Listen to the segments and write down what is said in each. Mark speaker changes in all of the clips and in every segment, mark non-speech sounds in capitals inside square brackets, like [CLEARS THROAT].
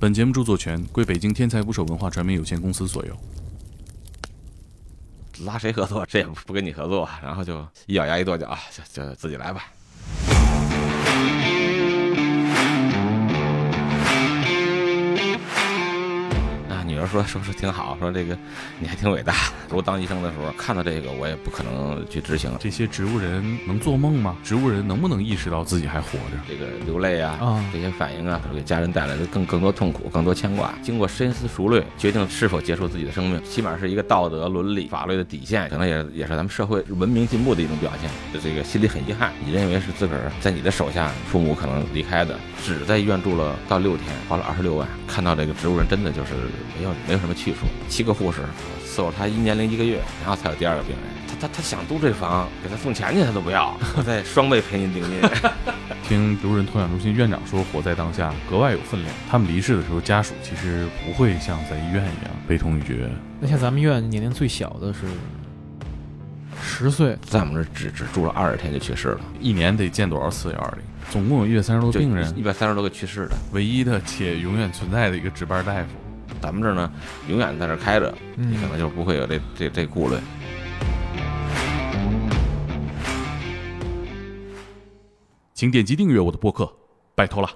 Speaker 1: 本节目著作权归北京天才捕手文化传媒有限公司所有。
Speaker 2: 拉谁合作，谁也不跟你合作，然后就一咬牙一跺脚，啊就就自己来吧。啊，女儿说说说挺好，说这个你还挺伟大。我当医生的时候看到这个，我也不可能去执行。
Speaker 1: 这些植物人能做梦吗？植物人能不能意识到自己还活着？
Speaker 2: 这个流泪啊，
Speaker 1: 啊
Speaker 2: 这些反应啊，给家人带来的更更多痛苦，更多牵挂。经过深思熟虑，决定是否结束自己的生命，起码是一个道德、伦理、法律的底线，可能也也是咱们社会文明进步的一种表现。这个心里很遗憾，你认为是自个儿在你的手下，父母可能离开的，只在医院住了到六天，花了二十六万。看到这个植物人真的就是没有没有什么去处，七个护士伺候他一年零一个月，然后才有第二个病人。他他他想租这房，给他送钱去，他都不要， [LAUGHS] 我再双倍赔您定金。
Speaker 1: 听植物人托养中心院长说，活在当下格外有分量。他们离世的时候，家属其实不会像在医院一样悲痛欲绝。
Speaker 3: 那像咱们医院年龄最小的是十岁，
Speaker 2: 在我们这儿只只住了二十天就去世了，
Speaker 1: 一年得见多少次幺二零？总共有一百三十多
Speaker 2: 就
Speaker 1: 病
Speaker 2: 一
Speaker 1: 人，
Speaker 2: 百三十多个去世的。
Speaker 1: 唯一的且永远存在的一个值班大夫。
Speaker 2: 咱们这儿呢，永远在这儿开着，
Speaker 3: 嗯
Speaker 2: 你可能就不会有这这这顾虑。
Speaker 1: 请点击订阅我的播客，拜托了。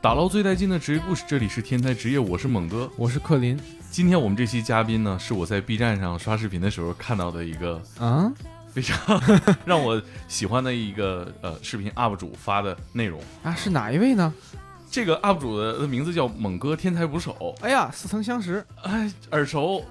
Speaker 1: 打捞最带劲的职业故事，这里是天才职业，我是猛哥。
Speaker 3: 我是克林
Speaker 1: 今天我们这期嘉宾呢，是我在 B 站上刷视频的时候看到的一个
Speaker 3: 啊，
Speaker 1: 非常 [LAUGHS] 让我喜欢的一个呃视频 UP 主发的内容。
Speaker 3: 啊是哪一位呢？
Speaker 1: 这个 UP 主的名字叫猛哥天才捕手，
Speaker 3: 哎呀，似曾相识，
Speaker 1: 哎，耳熟。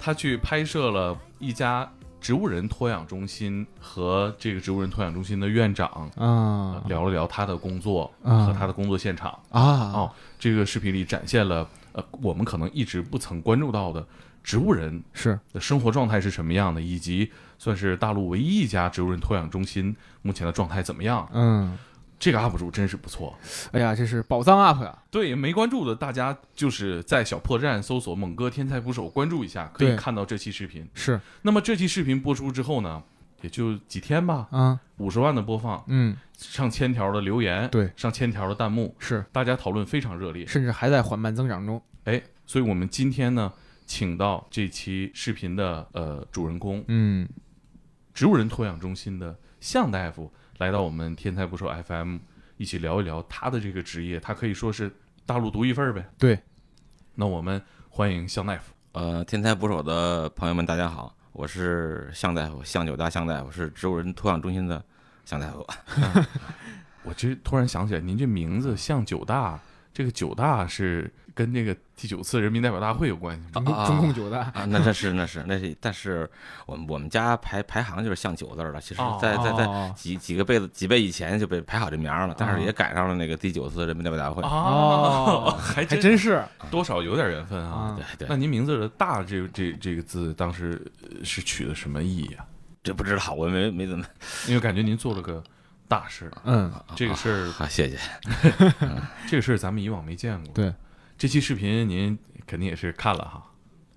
Speaker 1: 他去拍摄了一家植物人托养中心和这个植物人托养中心的院长，呃
Speaker 3: 啊
Speaker 1: 聊了聊他的工作
Speaker 3: 啊
Speaker 1: 和他的工作现场。
Speaker 3: 啊
Speaker 1: 哦，这个视频里展现了呃，我们可能一直不曾关注到的植物人
Speaker 3: 是
Speaker 1: 的生活状态是什么样的，以及算是大陆唯一一家植物人托养中心目前的状态怎么样。
Speaker 3: 嗯，
Speaker 1: 这个 UP 主真是不错。
Speaker 3: 哎呀，这是宝藏 UP 呀、
Speaker 1: 对，没关注的大家就是在小破站搜索“猛哥天才捕手”，关注一下，可以
Speaker 3: 对
Speaker 1: 看到这期视频。
Speaker 3: 是
Speaker 1: 那么这期视频播出之后呢，也就几天吧，
Speaker 3: 啊
Speaker 1: 五十万的播放，
Speaker 3: 嗯
Speaker 1: 上千条的留言，
Speaker 3: 对，
Speaker 1: 上千条的弹幕，
Speaker 3: 是，
Speaker 1: 大家讨论非常热烈。
Speaker 3: 甚至还在缓慢增长中，
Speaker 1: 哎，所以我们今天呢，请到这期视频的呃主人公
Speaker 3: 嗯
Speaker 1: 植物人托养中心的向大夫来到我们天才捕手 FM，一起聊一聊他的这个职业，他可以说是大陆独一份儿呗。
Speaker 3: 对，
Speaker 1: 那我们欢迎向大夫。
Speaker 2: 呃，天才捕手的朋友们，大家好，我是向大夫，向九大向大夫，是植物人托养中心的向大夫。
Speaker 1: 我这突然想起来，您这名字像九大，这个九大是跟这个第九次人民代表大会有关系吗？
Speaker 3: 中共
Speaker 2: 啊
Speaker 3: 中共九大
Speaker 2: [LAUGHS] 啊，那那是那是那是，但是我们我们家排排行就是向九字儿了。其实
Speaker 1: 哦
Speaker 2: 在，在在
Speaker 3: 哦
Speaker 2: 几几个辈子几辈以前就被排好这名儿了，但是也赶上了那个第九次人民代表大会。
Speaker 1: [LAUGHS]
Speaker 3: 哦
Speaker 1: 还
Speaker 3: 还
Speaker 1: 真
Speaker 3: 真是
Speaker 1: 多少有点缘分啊。
Speaker 3: 啊
Speaker 2: 对对
Speaker 1: 那，您名字的“大”这这这个字，当时呃是取的什么意义啊？
Speaker 2: 这不知道，我没没怎么
Speaker 1: 因为感觉您做了个大事儿，
Speaker 3: 嗯
Speaker 1: 这个事
Speaker 3: [LAUGHS]
Speaker 1: 儿
Speaker 2: 啊，谢谢。
Speaker 1: 这个事儿咱们以往没见过。
Speaker 3: 对，
Speaker 1: 这期视频您肯定也是看了哈，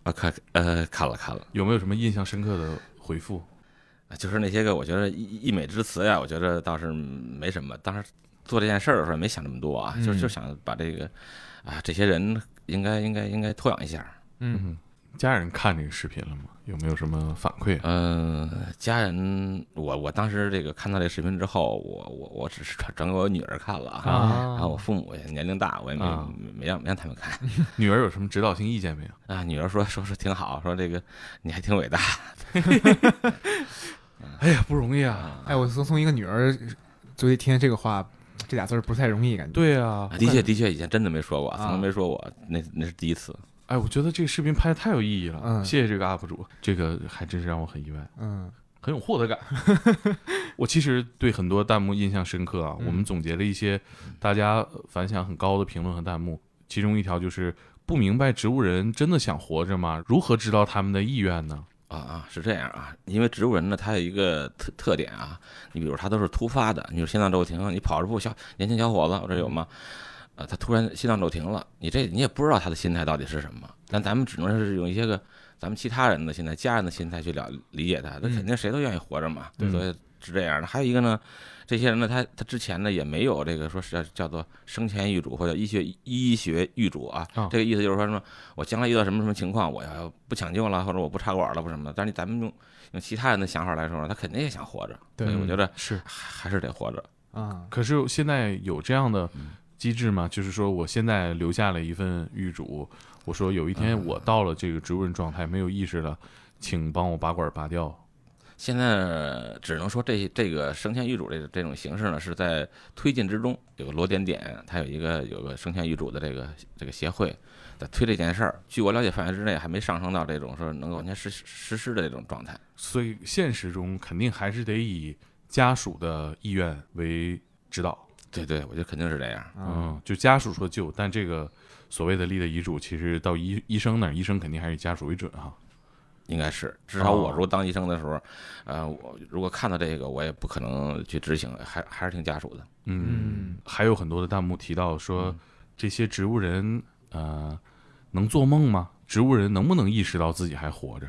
Speaker 2: 啊，看呃看了看了，
Speaker 1: 有没有什么印象深刻的回复？
Speaker 2: 啊就是那些个我觉得溢溢美之词呀，我觉得倒是没什么。当时做这件事儿的时候也没想这么多啊，就就
Speaker 1: 嗯
Speaker 2: 想把这个啊这些人应该应该应该托养一下。
Speaker 3: 嗯
Speaker 1: 嗯，家人看这个视频了吗？有没有什么反馈啊？
Speaker 2: 嗯、家人，我我当时这个看到这视频之后，我我我只是转转给我女儿看了啊。然后我父母也年龄大，我也没、
Speaker 1: 啊
Speaker 2: 没没让没让他们看
Speaker 1: 女儿有什么指导性意见没有？
Speaker 2: 啊。女儿说说说挺好，说这个你还挺伟大，
Speaker 3: 嗯
Speaker 1: 哎呀，不容易啊！
Speaker 3: 哎，我从从一个女儿嘴里听见这个话，这俩字儿不太容易，感觉
Speaker 1: 对啊
Speaker 2: 啊，的确的确以前真的没说过，从
Speaker 3: 啊
Speaker 2: 来没说过，那那是第一次。
Speaker 1: 哎，我觉得这个视频拍的太有意义了，
Speaker 3: 嗯
Speaker 1: 谢谢这个 UP 主，这个还真是让我很意外，
Speaker 3: 嗯
Speaker 1: 很有获得感。我其实对很多弹幕印象深刻啊，
Speaker 3: 嗯
Speaker 1: 我们总结了一些大家反响很高的评论和弹幕，其中一条就是不明白植物人真的想活着吗？如何知道他们的意愿呢？
Speaker 2: 啊啊，是这样啊，因为植物人呢，它有一个特特点啊，你比如他都是突发的，你说心脏骤停，你跑着步小年轻小伙子，我这有吗？啊，他突然心脏骤停了，你这你也不知道他的心态到底是什么，但咱们只能是用一些个咱们其他人的心态、家人的心态去了理解他，那
Speaker 3: 嗯
Speaker 2: 肯定谁都愿意活着嘛，
Speaker 1: 对
Speaker 2: 所以是这样的。还有一个呢，这些人呢，他他之前呢也没有这个说是叫叫做生前预嘱或者医学医学预嘱啊
Speaker 1: 啊，
Speaker 2: 这个意思就是说什么我将来遇到什么什么情况，我要不抢救了，或者我不插管了，不什么的。但是咱们用用其他人的想法来说呢，他肯定也想活着，
Speaker 3: 对
Speaker 2: 所以我觉得
Speaker 1: 是。
Speaker 2: 还还是得活着。
Speaker 3: 啊，
Speaker 1: 可是现在有这样的机制吗？就是说，我现在留下了一份预嘱，我说有一天我到了这个植物人状态，没有意识了，请帮我把管拔掉。
Speaker 2: 现在只能说这这个生前预嘱这这种形式呢是在推进之中，有个罗点点，它有一个有个生前预嘱的这个这个协会在推这件事儿。据我了解范围之内，还没上升到这种说能够完全实实施的这种状态。
Speaker 1: 所以现实中肯定还是得以家属的意愿为指导。
Speaker 2: 对对，我觉得肯定是这样。
Speaker 3: 啊，
Speaker 1: 嗯，就家属说救，但这个所谓的立的遗嘱，其实到医医生那儿，医生肯定还是以家属为准哈。
Speaker 2: 应该是，至少我
Speaker 1: 哦
Speaker 2: 如果当医生的时候，呃，我如果看到这个，我也不可能去执行，还还是听家属的。
Speaker 1: 嗯，还有很多的弹幕提到说，这些植物人呃能做梦吗？植物人能不能意识到自己还活着？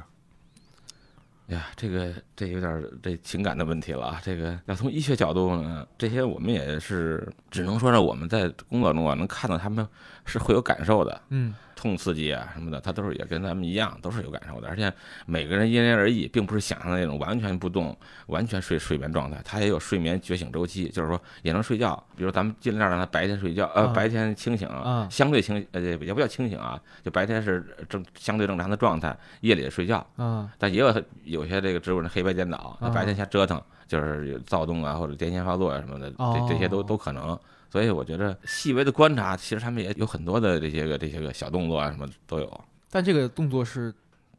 Speaker 2: 哎呀，这个这有点儿这情感的问题了啊。这个要从医学角度呢，这些我们也是只能说呢，我们在工作中啊能看到他们是会有感受的，
Speaker 3: 嗯，
Speaker 2: 痛刺激啊什么的，他都是也跟咱们一样，都是有感受的。而且每个人因人而异，并不是想象的那种完全不动、完全睡睡眠状态，他也有睡眠觉醒周期，就是说也能睡觉。比如咱们尽量让他白天睡觉，呃，
Speaker 3: 啊
Speaker 2: 白天清醒，
Speaker 3: 啊
Speaker 2: 相对清呃也不叫清醒啊，就白天是正相对正常的状态，夜里睡觉。
Speaker 3: 啊，
Speaker 2: 但也有有些这个植物人黑白颠倒，他
Speaker 3: 啊
Speaker 2: 白天瞎折腾，就是有躁动啊，或者癫痫发作啊什么的，
Speaker 3: 哦
Speaker 2: 这这些都都可能。所以我觉得细微的观察，其实他们也有很多的这些个这些个小动作啊，什么都有。
Speaker 3: 但这个动作是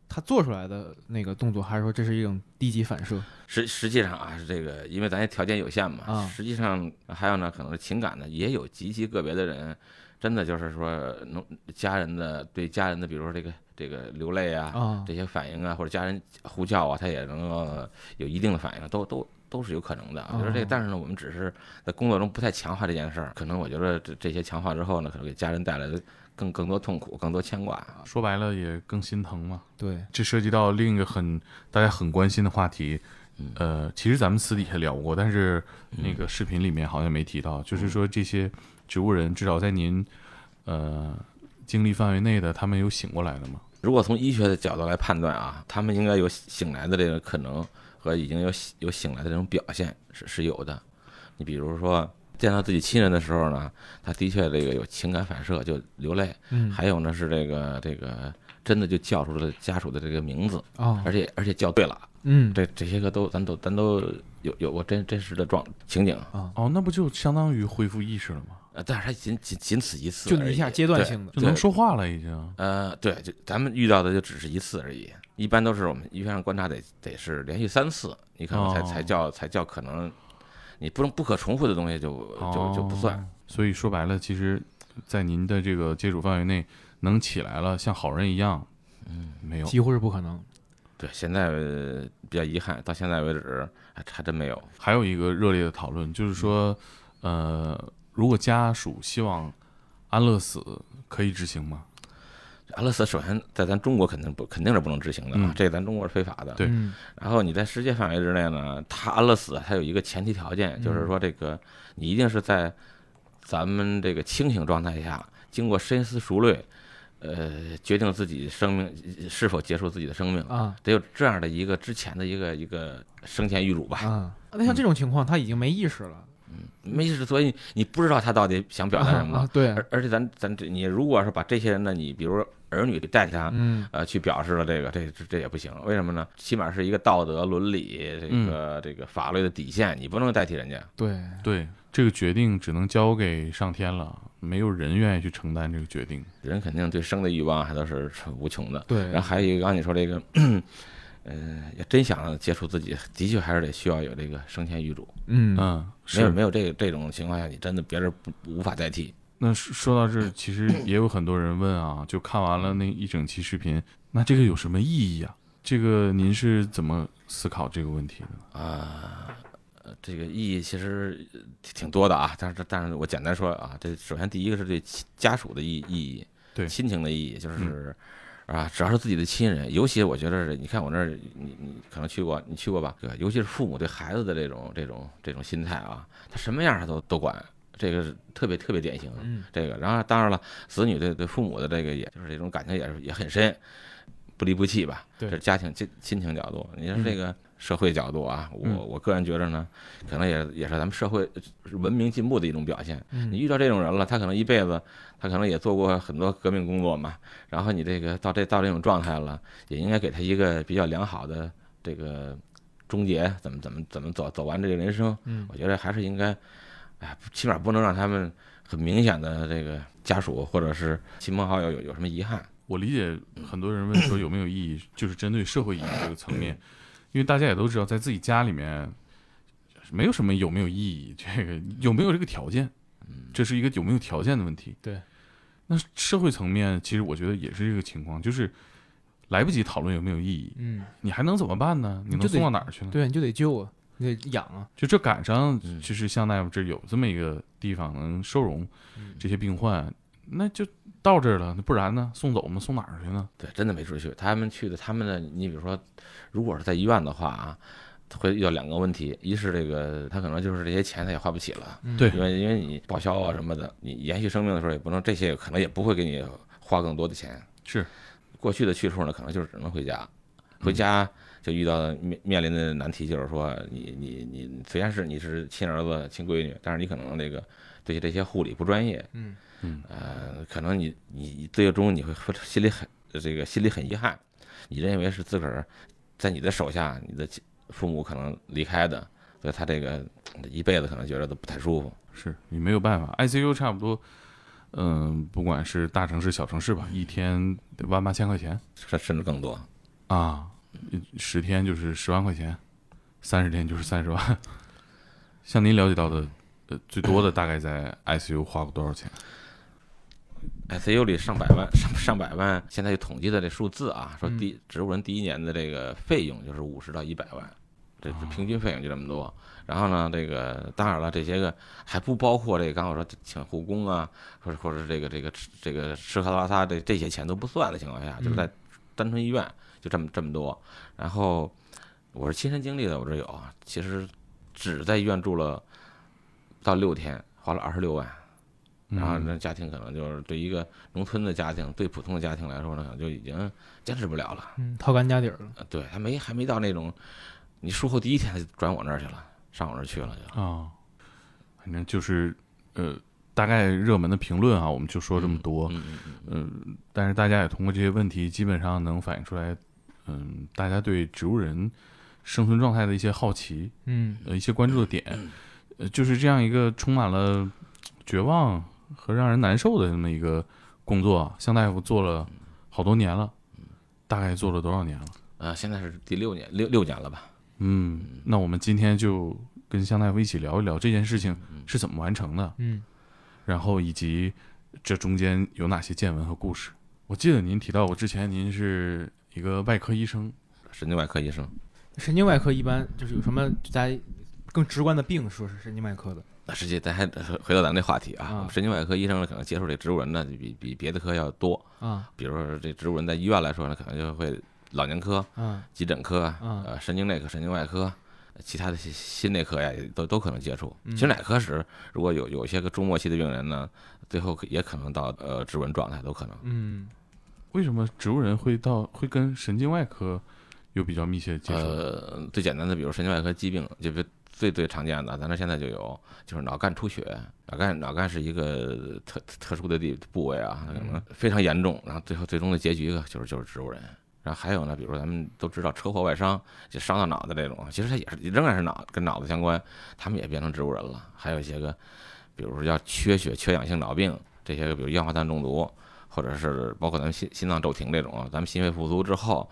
Speaker 3: 他做出来的那个动作，还是说这是一种低级反射？
Speaker 2: 实实际上啊，是这个，因为咱也条件有限嘛。
Speaker 3: 啊
Speaker 2: 实际上还有呢，可能是情感的，也有极其个别的人，真的就是说能家人的对家人的，比如说这个这个流泪啊，
Speaker 3: 啊
Speaker 2: 这些反应啊，或者家人呼叫啊，他也能够有一定的反应，都都都是有可能的。我觉得这个，
Speaker 3: 哦
Speaker 2: 但是呢，我们只是在工作中不太强化这件事儿，可能我觉得这这些强化之后呢，可能给家人带来的更更多痛苦，更多牵挂。啊
Speaker 1: 说白了也更心疼嘛。
Speaker 3: 对，
Speaker 1: 这涉及到另一个很大家很关心的话题
Speaker 2: 嗯，
Speaker 1: 呃，其实咱们私底下聊过，但是那个视频里面好像没提到，就是说这些植物人至少在您呃经历范围内的，他们有醒过来的吗？
Speaker 2: 如果从医学的角度来判断啊，他们应该有醒来的这个可能和已经有醒有醒来的这种表现是是有的。你比如说见到自己亲人的时候呢，他的确这个有情感反射，就流泪。
Speaker 3: 嗯，
Speaker 2: 还有呢是这个这个真的就叫出了家属的这个名字，
Speaker 3: 啊
Speaker 2: 而，且而且叫对了，
Speaker 3: 嗯，
Speaker 2: 这这些个都咱都咱都有有过真真实的状情景，
Speaker 1: 哦，那不就相当于恢复意识了吗？
Speaker 2: 呃，但是它仅仅仅此一次而
Speaker 3: 就
Speaker 2: 已，
Speaker 3: 一下阶段
Speaker 2: 对
Speaker 3: 性的
Speaker 1: 就能说话了已经。
Speaker 2: 呃，对，就咱们遇到的就只是一次而已，一般都是我们医学上观察得得是连续三次，你可能才、
Speaker 1: 哦
Speaker 2: 才叫才叫可能，你不能不可重复的东西就就就不算。
Speaker 1: 哦所以说白了，其实，在您的这个接触范围内，能起来了，像好人一样，嗯，没有。
Speaker 3: 几乎是不可能。
Speaker 2: 对，现在呃比较遗憾，到现在为止还还真没有。
Speaker 1: 还有一个热烈的讨论，就是说，
Speaker 2: 嗯
Speaker 1: 呃，如果家属希望安乐死，可以执行吗？
Speaker 2: 安乐死首先在咱中国肯定不肯定是不能执行的啊，
Speaker 1: 嗯
Speaker 2: 这咱中国是非法的。
Speaker 1: 对
Speaker 3: 嗯
Speaker 2: 然后你在世界范围之内呢，他安乐死它有一个前提条件，
Speaker 3: 嗯
Speaker 2: 就是说这个你一定是在咱们这个清醒状态下，经过深思熟虑，呃，决定自己生命是否结束自己的生命，
Speaker 3: 啊
Speaker 2: 得有这样的一个之前的一个一个生前预嘱吧。
Speaker 3: 啊，那像这种情况，他已经没意识了。
Speaker 2: 没事，所以你不知道他到底想表达什
Speaker 3: 啊啊
Speaker 2: 么。
Speaker 3: [LAUGHS] 对，
Speaker 2: 而而且咱咱这你如果是把这些人呢，你比如儿女代替他，
Speaker 3: 嗯
Speaker 2: 呃，去表示了这个，这这这也不行，为什么呢？起码是一个道德伦理，这个、这个法律的底线，你不能代替人家。
Speaker 3: 对，
Speaker 1: 对，
Speaker 2: 嗯
Speaker 1: 这个决定只能交给上天了，没有人愿意去承担这个决定。
Speaker 2: 人肯定对生的欲望还都是无穷的。
Speaker 3: 对，
Speaker 2: 然后还有一个，刚才你说这个， [CLEARS THROAT] 嗯、要真想结束自己，的确还是得需要有这个生前预嘱。
Speaker 3: 嗯
Speaker 1: 嗯，
Speaker 2: 没有
Speaker 1: 是。
Speaker 2: 没有这个这种情况下，你真的别人不无法代替。
Speaker 1: 那说说到这儿，其
Speaker 3: [COUGHS]
Speaker 1: 实也有很多人问啊，就看完了那一整期视频，那这个有什么意义啊？这个您是怎么思考这个问题的？
Speaker 2: 啊、呃这个意义其实呃挺挺多的啊，但是但是我简单说啊，这首先第一个是对亲家属的意意义，
Speaker 1: 对
Speaker 2: 亲情的意义，就是、啊，只要是自己的亲人，尤其我觉得是，你看我那儿，你你可能去过，你去过吧？对吧，尤其是父母对孩子的这种这种这种心态啊，他什么样他都都管，这个是特别特别典型的。
Speaker 3: 嗯
Speaker 2: 这个，然后当然了，子女对对父母的这个，也就是这种感情也是也很深，不离不弃吧。
Speaker 1: 对
Speaker 2: 这是家庭亲亲情角度。你说
Speaker 1: 嗯
Speaker 2: 这个社会角度啊，
Speaker 1: 嗯
Speaker 2: 我我个人觉着呢，可能也也是咱们社会文明进步的一种表现。你
Speaker 3: 嗯，
Speaker 2: 遇到这种人了，他可能一辈子，他可能也做过很多革命工作嘛。然后你这个到这到这种状态了，也应该给他一个比较良好的这个终结，怎么怎么怎么走走完这个人生。
Speaker 3: 嗯
Speaker 2: 我觉得还是应该，哎，起码不能让他们很明显的这个家属或者是亲朋好友有有什么遗憾。
Speaker 1: 我理解很多人问说有没有意义，就是针对社会意义这个层面，因为大家也都知道，在自己家里面没有什么有没有意义，这个有没有这个条件，这是一个有没有条件的问题。
Speaker 3: 嗯对，
Speaker 1: 那社会层面其实我觉得也是这个情况，就是来不及讨论有没有意义，
Speaker 3: 嗯，
Speaker 1: 你还能怎么办呢？你
Speaker 3: 就
Speaker 1: 能
Speaker 3: 得
Speaker 1: 送到哪儿去呢？
Speaker 3: 对，你就得救啊，你得养啊，
Speaker 1: 就这赶上
Speaker 2: 嗯，
Speaker 1: 就是像大夫这有这么一个地方能收容
Speaker 2: 嗯
Speaker 1: 这些病患，那就到这儿了，那不然呢？送走吗？送哪儿去呢？
Speaker 2: 对，真的没处去。他们去的，他们的，你比如说，如果是在医院的话啊，会遇到两个问题：一是这个他可能就是这些钱他也花不起了，
Speaker 3: 嗯
Speaker 1: 对
Speaker 2: 因为因为你报销啊什么的，你延续生命的时候也不能这些，可能也不会给你花更多的钱。
Speaker 1: 是
Speaker 2: 过去的去处呢，可能就是只能回家，回家就遇到面面临的难题就是说，你你你虽然是你是亲儿子亲闺女，但是你可能这个对这些护理不专业，
Speaker 3: 嗯
Speaker 2: 呃，可能你你最终你会会心里很这个心里很遗憾，你认为是自个儿在你的手下，你的亲父母可能离开的，所以他这个一辈子可能觉得都不太舒服。
Speaker 1: 是，你没有办法，ICU 差不多，嗯、不管是大城市、小城市吧，一天得万八千块钱
Speaker 2: 甚甚至更多，
Speaker 1: 啊，十天就是十万块钱，三十天就是三十万。像您了解到的，呃，最多的大概在 ICU 花过多少钱？
Speaker 2: ICU 里上百万、上上百万，现在有统计的这数字啊，说第植物人第一年的这个费用就是五十到一百万，这是平均费用就这么多。然后呢，这个当然了，这些个还不包括这个刚才我说请护工啊，或者或者是这个这个吃这个吃喝拉撒这这些钱都不算的情况下，就是在单纯医院就这么这么多。然后我是亲身经历的，我这有啊，其实只在医院住了不到六天，花了二十六万。
Speaker 1: 嗯
Speaker 2: 然后那家庭可能就是对一个农村的家庭，对普通的家庭来说呢，可能就已经坚持不了了。
Speaker 3: 嗯，掏干家底儿了，
Speaker 2: 呃对，还没还没到那种，你术后第一天他就转我那儿去了，上我那儿去了就。
Speaker 1: 啊，反正就是呃，大概热门的评论啊，我们就说这么多。呃
Speaker 2: 嗯嗯嗯
Speaker 1: 但是大家也通过这些问题，基本上能反映出来，嗯，大家对植物人生存状态的一些好奇，
Speaker 3: 嗯
Speaker 1: 呃，一些关注的点，
Speaker 2: 嗯
Speaker 1: 呃，就是这样一个充满了绝望和让人难受的这么一个工作，向大夫做了好多年了，大概做了多少年了？
Speaker 2: 呃，现在是第六年六六年了吧？
Speaker 1: 嗯，那我们今天就跟向大夫一起聊一聊这件事情
Speaker 2: 嗯
Speaker 1: 是怎么完成的，
Speaker 3: 嗯，
Speaker 1: 然后以及这中间有哪些见闻和故事。我记得您提到过，之前您是一个外科医生，
Speaker 2: 神经外科医生，
Speaker 3: 神经外科一般就是有什么大家更直观的病，说是神经外科的，
Speaker 2: 那实际咱还回回到咱们这话题啊，
Speaker 3: 啊
Speaker 2: 我们神经外科医生呢，可能接触这植物人呢，比比别的科要多。
Speaker 3: 啊
Speaker 2: 比如说这植物人在医院来说呢，可能就会老年科、
Speaker 3: 啊
Speaker 2: 急诊科啊，
Speaker 3: 嗯
Speaker 2: 呃，神经内科、神经外科，呃其他的心心内科呀，也都都可能接触。其实哪科室如果有有些个中末期的病人呢，最后可也可能到呃质问状态，都可能。
Speaker 3: 嗯
Speaker 1: 为什么植物人会到会跟神经外科有比较密切的接触？
Speaker 2: 呃，最简单的，比如神经外科疾病，就比最最常见的，咱这现在就有，就是脑干出血。脑干脑干是一个特特殊的地部位啊，它可
Speaker 1: 嗯
Speaker 2: 能非常严重，然后最后最终的结局就是就是植物人。然后还有呢，比如说咱们都知道车祸外伤，就伤到脑袋这种，其实它也是仍然是脑跟脑子相关，他们也变成植物人了。还有一些个，比如说叫缺血、缺氧性脑病，这些个比如一氧化碳中毒，或者是包括咱们心心脏骤停这种，啊咱们心肺复苏之后，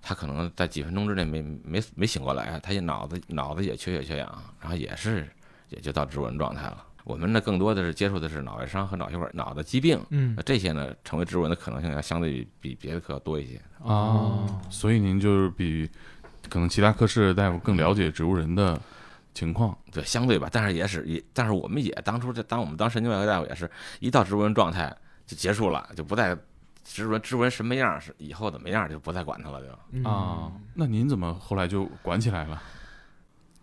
Speaker 2: 他可能在几分钟之内没没没醒过来，他也脑子脑子也缺血缺氧，然后也是也就到植物人状态了。我们呢更多的是接触的是脑外伤和脑血管脑的疾病，
Speaker 3: 嗯
Speaker 2: 那这些呢成为植物人的可能性要相对于比别的科要多一些。
Speaker 1: 啊，所以您就是比可能其他科室的大夫更了解植物人的情况，
Speaker 2: 对，相对吧，但是也是也，但是我们也当初这当我们当神经外科大夫也是一到植物人状态就结束了，就不再植物人植物人什么样是以后怎么样就不再管他了就。
Speaker 1: 啊
Speaker 3: 嗯，
Speaker 1: 那您怎么后来就管起来了？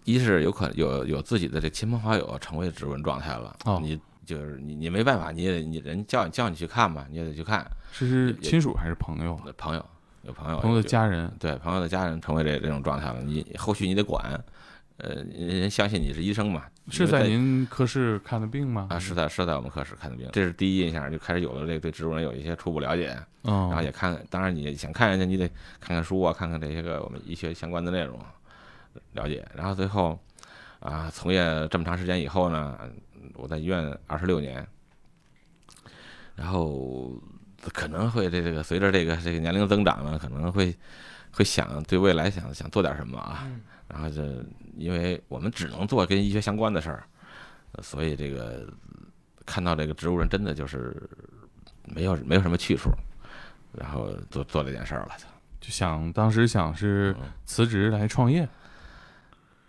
Speaker 2: 一是有可有有自己的这亲朋好友成为植物人状态了，
Speaker 1: 哦
Speaker 2: 你就是你你没办法，你也你人叫你叫你去看吧，你也得去看。
Speaker 1: 是是亲属还是朋友啊？
Speaker 2: 朋友有朋友
Speaker 1: 朋友的
Speaker 2: 有
Speaker 1: 家人
Speaker 2: 对朋友的家人成为这这种状态了，你后续你得管，呃，人家相信你是医生嘛，
Speaker 1: 是
Speaker 2: 因为
Speaker 1: 在您科室看的病吗？
Speaker 2: 啊，是在是在我们科室看的病，这是第一印象，就开始有了这对植物人有一些初步了解，
Speaker 1: 嗯，
Speaker 2: 然后也看，当然你想看人家，你得看看书啊，看看这些个我们医学相关的内容，啊了解，然后最后啊，从业这么长时间以后呢，我在医院二十六年，然后可能会这这个随着这个这个年龄增长呢，可能会会想对未来想想做点什么啊，然后这因为我们只能做跟医学相关的事儿，呃所以这个看到这个植物人真的就是没有没有什么去处，然后做做这件事儿了。
Speaker 1: 就想当时想是
Speaker 2: 嗯
Speaker 1: 辞职来创业，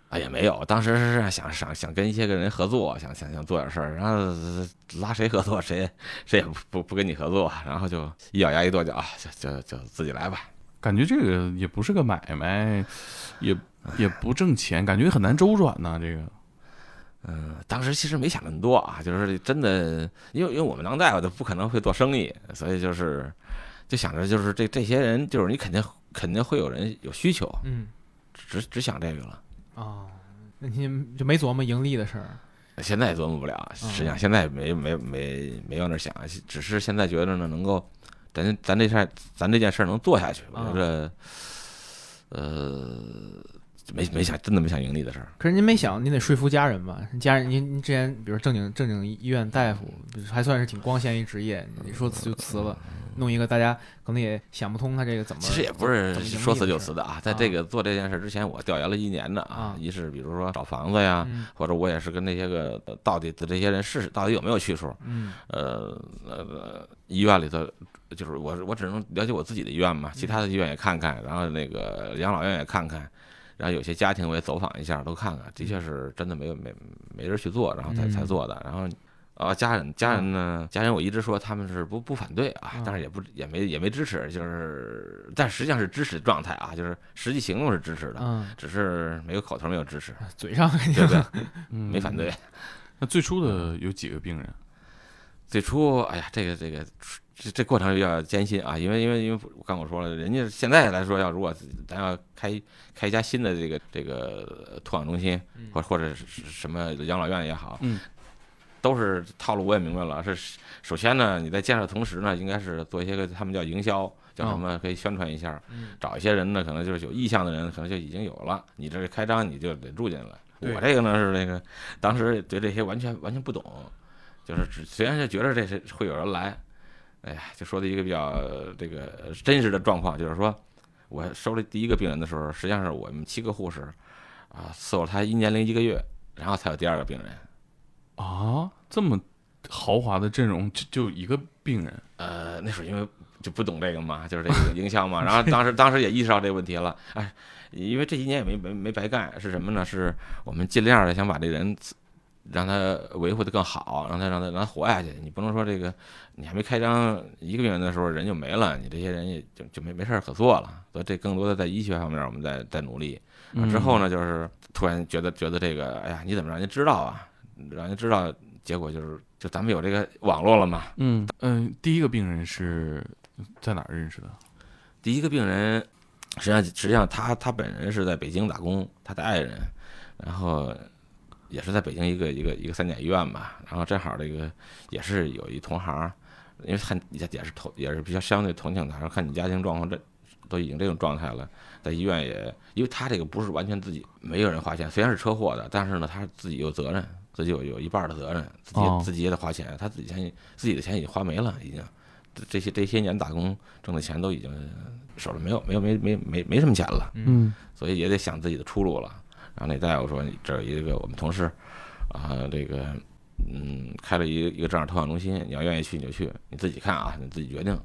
Speaker 2: 哎呀，没有，当时是想想想跟一些个人合作，想想想做点事儿，然后呃拉谁合作谁谁也不不不跟你合作，然后就一咬牙一跺脚，就就就自己来吧。
Speaker 1: 感觉这个也不是个买卖，也也不挣钱，感觉很难周转呐、这个
Speaker 2: 嗯，当时其实没想那么多啊，就是真的，因为因为我们当大夫的不可能会做生意，所以就是就想着就是这这些人，就是你肯定肯定会有人有需求，
Speaker 3: 嗯
Speaker 2: 只只想这个了。
Speaker 3: 啊，那您就没琢磨盈利的事儿
Speaker 2: 现在也琢磨不了，实际上现在没没没没往那儿想，只是现在觉着呢，能够咱咱这事儿咱这件事儿能做下去，我
Speaker 3: 啊
Speaker 2: 觉着，呃，没没想真的没想盈利的事儿，
Speaker 3: 可是您没想，您得说服家人吧？家人，您您之前比如正经正经医院大夫，就是还算是挺光鲜一职业，你说辞就辞了，弄一个大家可能也想不通他这个怎么。
Speaker 2: 其实也不是说辞就辞的啊，在
Speaker 3: 啊
Speaker 2: 这个做这件事之前，我调研了一年的
Speaker 3: 啊
Speaker 2: 一是比如说找房子呀，
Speaker 3: 嗯
Speaker 2: 或者我也是跟那些个呃到底的这些人试试到底有没有去处，
Speaker 3: 嗯
Speaker 2: 呃呃，医院里头，就是我我只能了解我自己的医院嘛，其他的医院也看看，然后那个养老院也看看，然后有些家庭我也走访一下，都看看，的确是真的没有没没人去做，然后才
Speaker 3: 嗯
Speaker 2: 才做的，然后。啊，家人，家人呢？家人，我一直说他们是不不反对啊
Speaker 3: 嗯，
Speaker 2: 但是也不也没也没支持，就是但实际上是支持状态啊，就是实际行动是支持的，
Speaker 3: 嗯，
Speaker 2: 只是没有口头没有支
Speaker 3: [LAUGHS]
Speaker 2: 持，
Speaker 3: 嘴上肯定
Speaker 2: 对不对？
Speaker 1: 嗯
Speaker 2: 没反对。。啊
Speaker 1: 那最初的有几个病人？
Speaker 2: 最初，哎呀，这个这个这这过程比较艰辛啊，因为因为因为我刚我说了，人家现在来说，要如果咱要开开一家新的这个这个呃托养中心，或或者是什么养老院也好，
Speaker 1: 嗯，
Speaker 2: 都是套路，我也明白了。是首先呢，你在介绍的同时呢，应该是做一些个他们叫营销，叫什么可以宣传一下，
Speaker 3: 嗯
Speaker 2: 找一些人呢，可能就是有意向的人，可能就已经有了，你这开张你就得住进来。
Speaker 3: 对
Speaker 2: 我这个呢是那个，当时对这些完全完全不懂，就是只虽然是觉得这是会有人来，哎呀，就说的一个比较呃这个呃真实的状况，就是说我收了第一个病人的时候，实际上是我们七个护士啊伺候他一年零一个月，然后才有第二个病人。
Speaker 1: 啊，这么豪华的阵容，就就一个病人，
Speaker 2: 呃，那时候因为就不懂这个嘛，就是这个营销嘛，然后当时当时也意识到这个问题了，哎，因为这一年也没没没白干，是什么呢？是我们尽量的想把这人让他维护的更好，让他让他让他活下去。你不能说这个你还没开张一个病人的时候人就没了，你这些人也就就没没事儿可做了。所以这更多的在医学方面我们在在努力。
Speaker 1: 嗯
Speaker 2: 啊之后呢，就是突然觉得觉得这个，哎呀，你怎么让人家知道啊？让人家知道，结果就是就咱们有这个网络了嘛，
Speaker 1: 嗯？嗯嗯、第一个病人是在哪儿认识的？
Speaker 2: 第一个病人，实际上实际上他他本人是在北京打工，他的爱人，然后也是在北京一个一个一个三甲医院吧，然后正好这个也是有一同行，因为看也也是同也是比较相对同情他，说看你家庭状况这都已经这种状态了，在医院也因为他这个不是完全自己没有人花钱，虽然是车祸的，但是呢他自己有责任。自己有有一半的责任，自己
Speaker 1: 哦
Speaker 2: 自己也得花钱，他自己钱自己的钱已经花没了，已经这这些这些年打工挣的钱都已经手里没有没有没没没没什么钱了，
Speaker 3: 嗯，
Speaker 2: 所以也得想自己的出路了。然后那大夫说，你这有一个我们同事啊、这个嗯，开了一个一个这样托养中心，你要愿意去你就去，你自己看啊，你自己决定。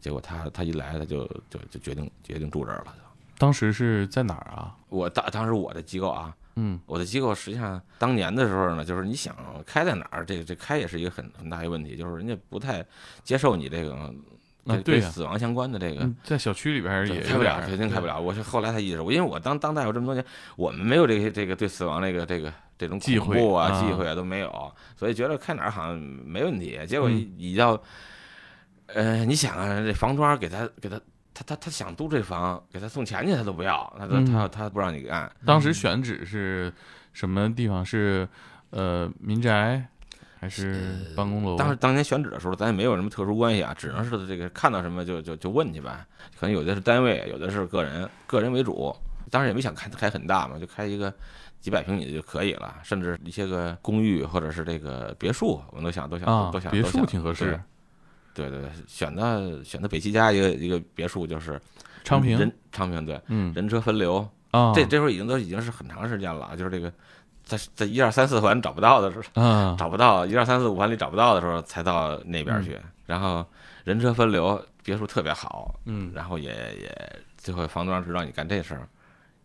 Speaker 2: 结果他他一来他就就就决定决定住这儿了。
Speaker 1: 当时是在哪儿啊？
Speaker 2: 我当当时我的机构啊，
Speaker 1: 嗯
Speaker 2: 我的机构实际上当年的时候呢，就是你想开在哪儿，这个这开也是一个很很大一个问题，就是人家不太接受你这个
Speaker 1: 啊
Speaker 2: 跟
Speaker 1: 对
Speaker 2: 跟
Speaker 1: 呀
Speaker 2: 死亡相关的这个
Speaker 1: 嗯，在小区里边儿也
Speaker 2: 啊开
Speaker 1: 有
Speaker 2: 不
Speaker 1: 点
Speaker 2: 了，
Speaker 1: 儿
Speaker 2: 肯定开不了。我是后来才意识到，我因为我当当大夫这么多年，我们没有这些这个对死亡这个这个这种
Speaker 1: 忌
Speaker 2: 恐
Speaker 1: 讳
Speaker 2: 怖啊、
Speaker 1: 啊
Speaker 2: 忌讳啊都没有，所以觉得开哪儿好像没问题。结果
Speaker 1: 嗯
Speaker 2: 一一到，呃，你想啊，这房庄给他给他。他他他想租这房，给他送钱去，他都不要，他他
Speaker 1: 嗯
Speaker 2: 他他不让你干，
Speaker 1: 当时选址是什么地方？是呃民宅还是办公楼？
Speaker 2: 呃当时当年选址的时候，咱也没有什么特殊关系啊，只能是这个看到什么就就就问去呗。可能有的是单位，有的是个人，个人为主。当时也没想开开很大嘛，就开一个几百平米就可以了，甚至一些个公寓或者是这个别墅，我们都想都想、
Speaker 1: 啊
Speaker 2: 都想
Speaker 1: 别
Speaker 2: 都
Speaker 1: 墅
Speaker 2: 想
Speaker 1: 挺合适，啊
Speaker 2: 对对对，选的选的北齐家一个一个别墅就是
Speaker 1: 昌
Speaker 2: 人
Speaker 1: 平，
Speaker 2: 昌平对
Speaker 1: 嗯
Speaker 2: 人车分流，
Speaker 1: 啊，
Speaker 2: 这这时候已经都已经是很长时间了，啊就是这个在在一二三四环找不到的时候。
Speaker 1: 啊
Speaker 2: 找不到一二三四五环里找不到的时候，才到那边去。然后人车分流，别墅特别好，
Speaker 1: 嗯，
Speaker 2: 然后也也最后房东知道你干这事儿，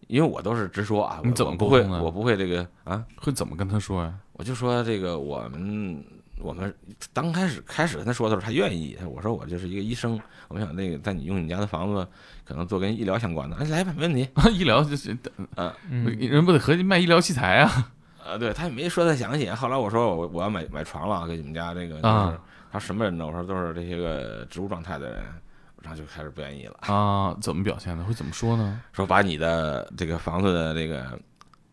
Speaker 2: 因为我都是直说啊，
Speaker 1: 你
Speaker 2: 我
Speaker 1: 怎么
Speaker 2: 我不会
Speaker 1: 沟通的
Speaker 2: 我不会这个啊，
Speaker 1: 会怎么跟他说呀？ [LAUGHS]
Speaker 2: 我就说这个我们。我们刚开始开始跟他说的时候，他愿意。我说我就是一个医生，我想那个在你用你家的房子，可能做跟医疗相关的，哎，来吧，没问题。
Speaker 1: 医疗就是
Speaker 3: 嗯
Speaker 1: 人不得合计卖医疗器材啊？
Speaker 2: 啊，对他也没说太详细。后来我说我我要买买床了，给你们家这个就是、
Speaker 1: 啊
Speaker 2: 他说什么人呢？我说都是这些个植物状态的人，然后就开始不愿意了，
Speaker 1: 啊，怎么表现的？会怎么说呢？
Speaker 2: 说把你的这个房子的这个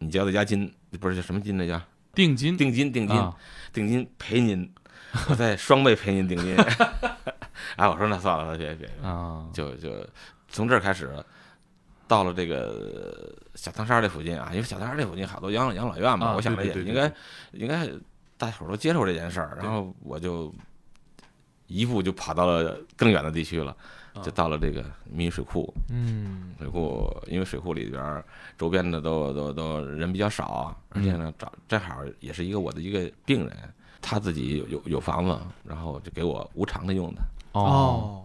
Speaker 2: 你交的押金不是叫什么金那叫
Speaker 1: 定金
Speaker 2: 定金定金、
Speaker 1: 啊
Speaker 2: 定金赔您，我再双倍赔您定金。 [LAUGHS] 哎，我说那算了，那别别，
Speaker 1: 啊，
Speaker 2: 就就从这儿开始，到了这个小汤山这附近啊，因为小汤山这附近好多养老养老院嘛，
Speaker 1: 啊
Speaker 2: 我想着
Speaker 1: 对
Speaker 2: 也
Speaker 1: 对对
Speaker 2: 应该应该大伙儿都接受这件事儿，然后我就一步就跑到了更远的地区了，
Speaker 1: 啊
Speaker 2: 就到了这个密云水库。
Speaker 3: 嗯
Speaker 2: 水库因为水库里边儿周边的都都都人比较少，而且
Speaker 1: 嗯
Speaker 2: 呢，找正好也是一个我的一个病人，他自己有有有房子，然后就给我无偿的用的。
Speaker 1: 哦，
Speaker 3: 哦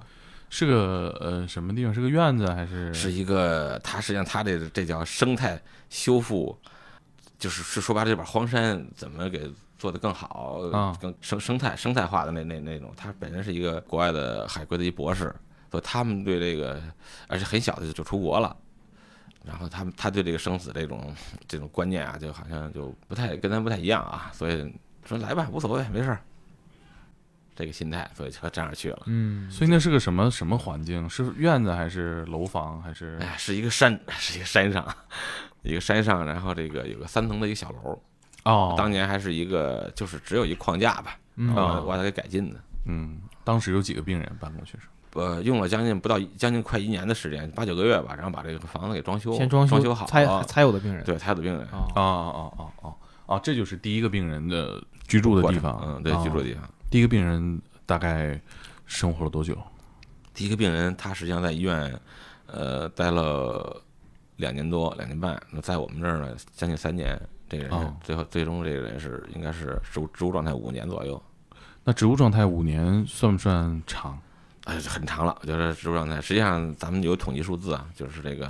Speaker 1: 是个呃什么地方？是个院子还是
Speaker 2: 是一个，它实际上它这这叫生态修复，就是是说白了，就把荒山怎么给做得更好
Speaker 1: 啊，
Speaker 2: 更生生态生态化的那那那种。他本身是一个国外的海归的一博士，所以他们对这个，而且很小的就出国了。然后他们他对这个生死这种这种观念啊，就好像就不太跟咱不太一样啊，所以说来吧，无所谓，没事儿，这个心态，所以就这样去了。
Speaker 3: 嗯
Speaker 1: 所以那是个什么什么环境？是院子还是楼房还是
Speaker 2: 哎呀，是一个山， [LAUGHS] 是一个山上，一个山上，然后这个有个三层的一个小楼，
Speaker 1: 哦？
Speaker 2: 当年还是一个就是只有一框架吧，
Speaker 3: 嗯
Speaker 2: 然
Speaker 1: 啊
Speaker 2: 后我把它给改进的。
Speaker 1: 嗯，当时有几个病人办公学生
Speaker 2: 呃，用了将近不到一将近快一年的时间，八九个月吧，然后把这个房子给装修，
Speaker 3: 先
Speaker 2: 装
Speaker 3: 修
Speaker 2: 好
Speaker 3: 才
Speaker 2: 了。
Speaker 3: 才有的病人
Speaker 2: 对，才有的病人
Speaker 3: 哦
Speaker 1: 哦哦哦哦哦，这就是第一个病人的居住的
Speaker 2: 过
Speaker 1: 地
Speaker 2: 程
Speaker 1: 方。哦
Speaker 2: 嗯，对，居住的地方。
Speaker 1: 第一个病人大概生活了多久？
Speaker 2: 第一个病人他实际上在医院，呃，待了两年多，两年半，那在我们这儿呢，将近三年。这个人是
Speaker 1: 哦
Speaker 2: 最后最终这个人是应该是植物植物状态五年左右，
Speaker 1: 那植物状态五年算不算长？
Speaker 2: 哎，很长了，就是植物状态。实际上，咱们有统计数字啊，就是这个，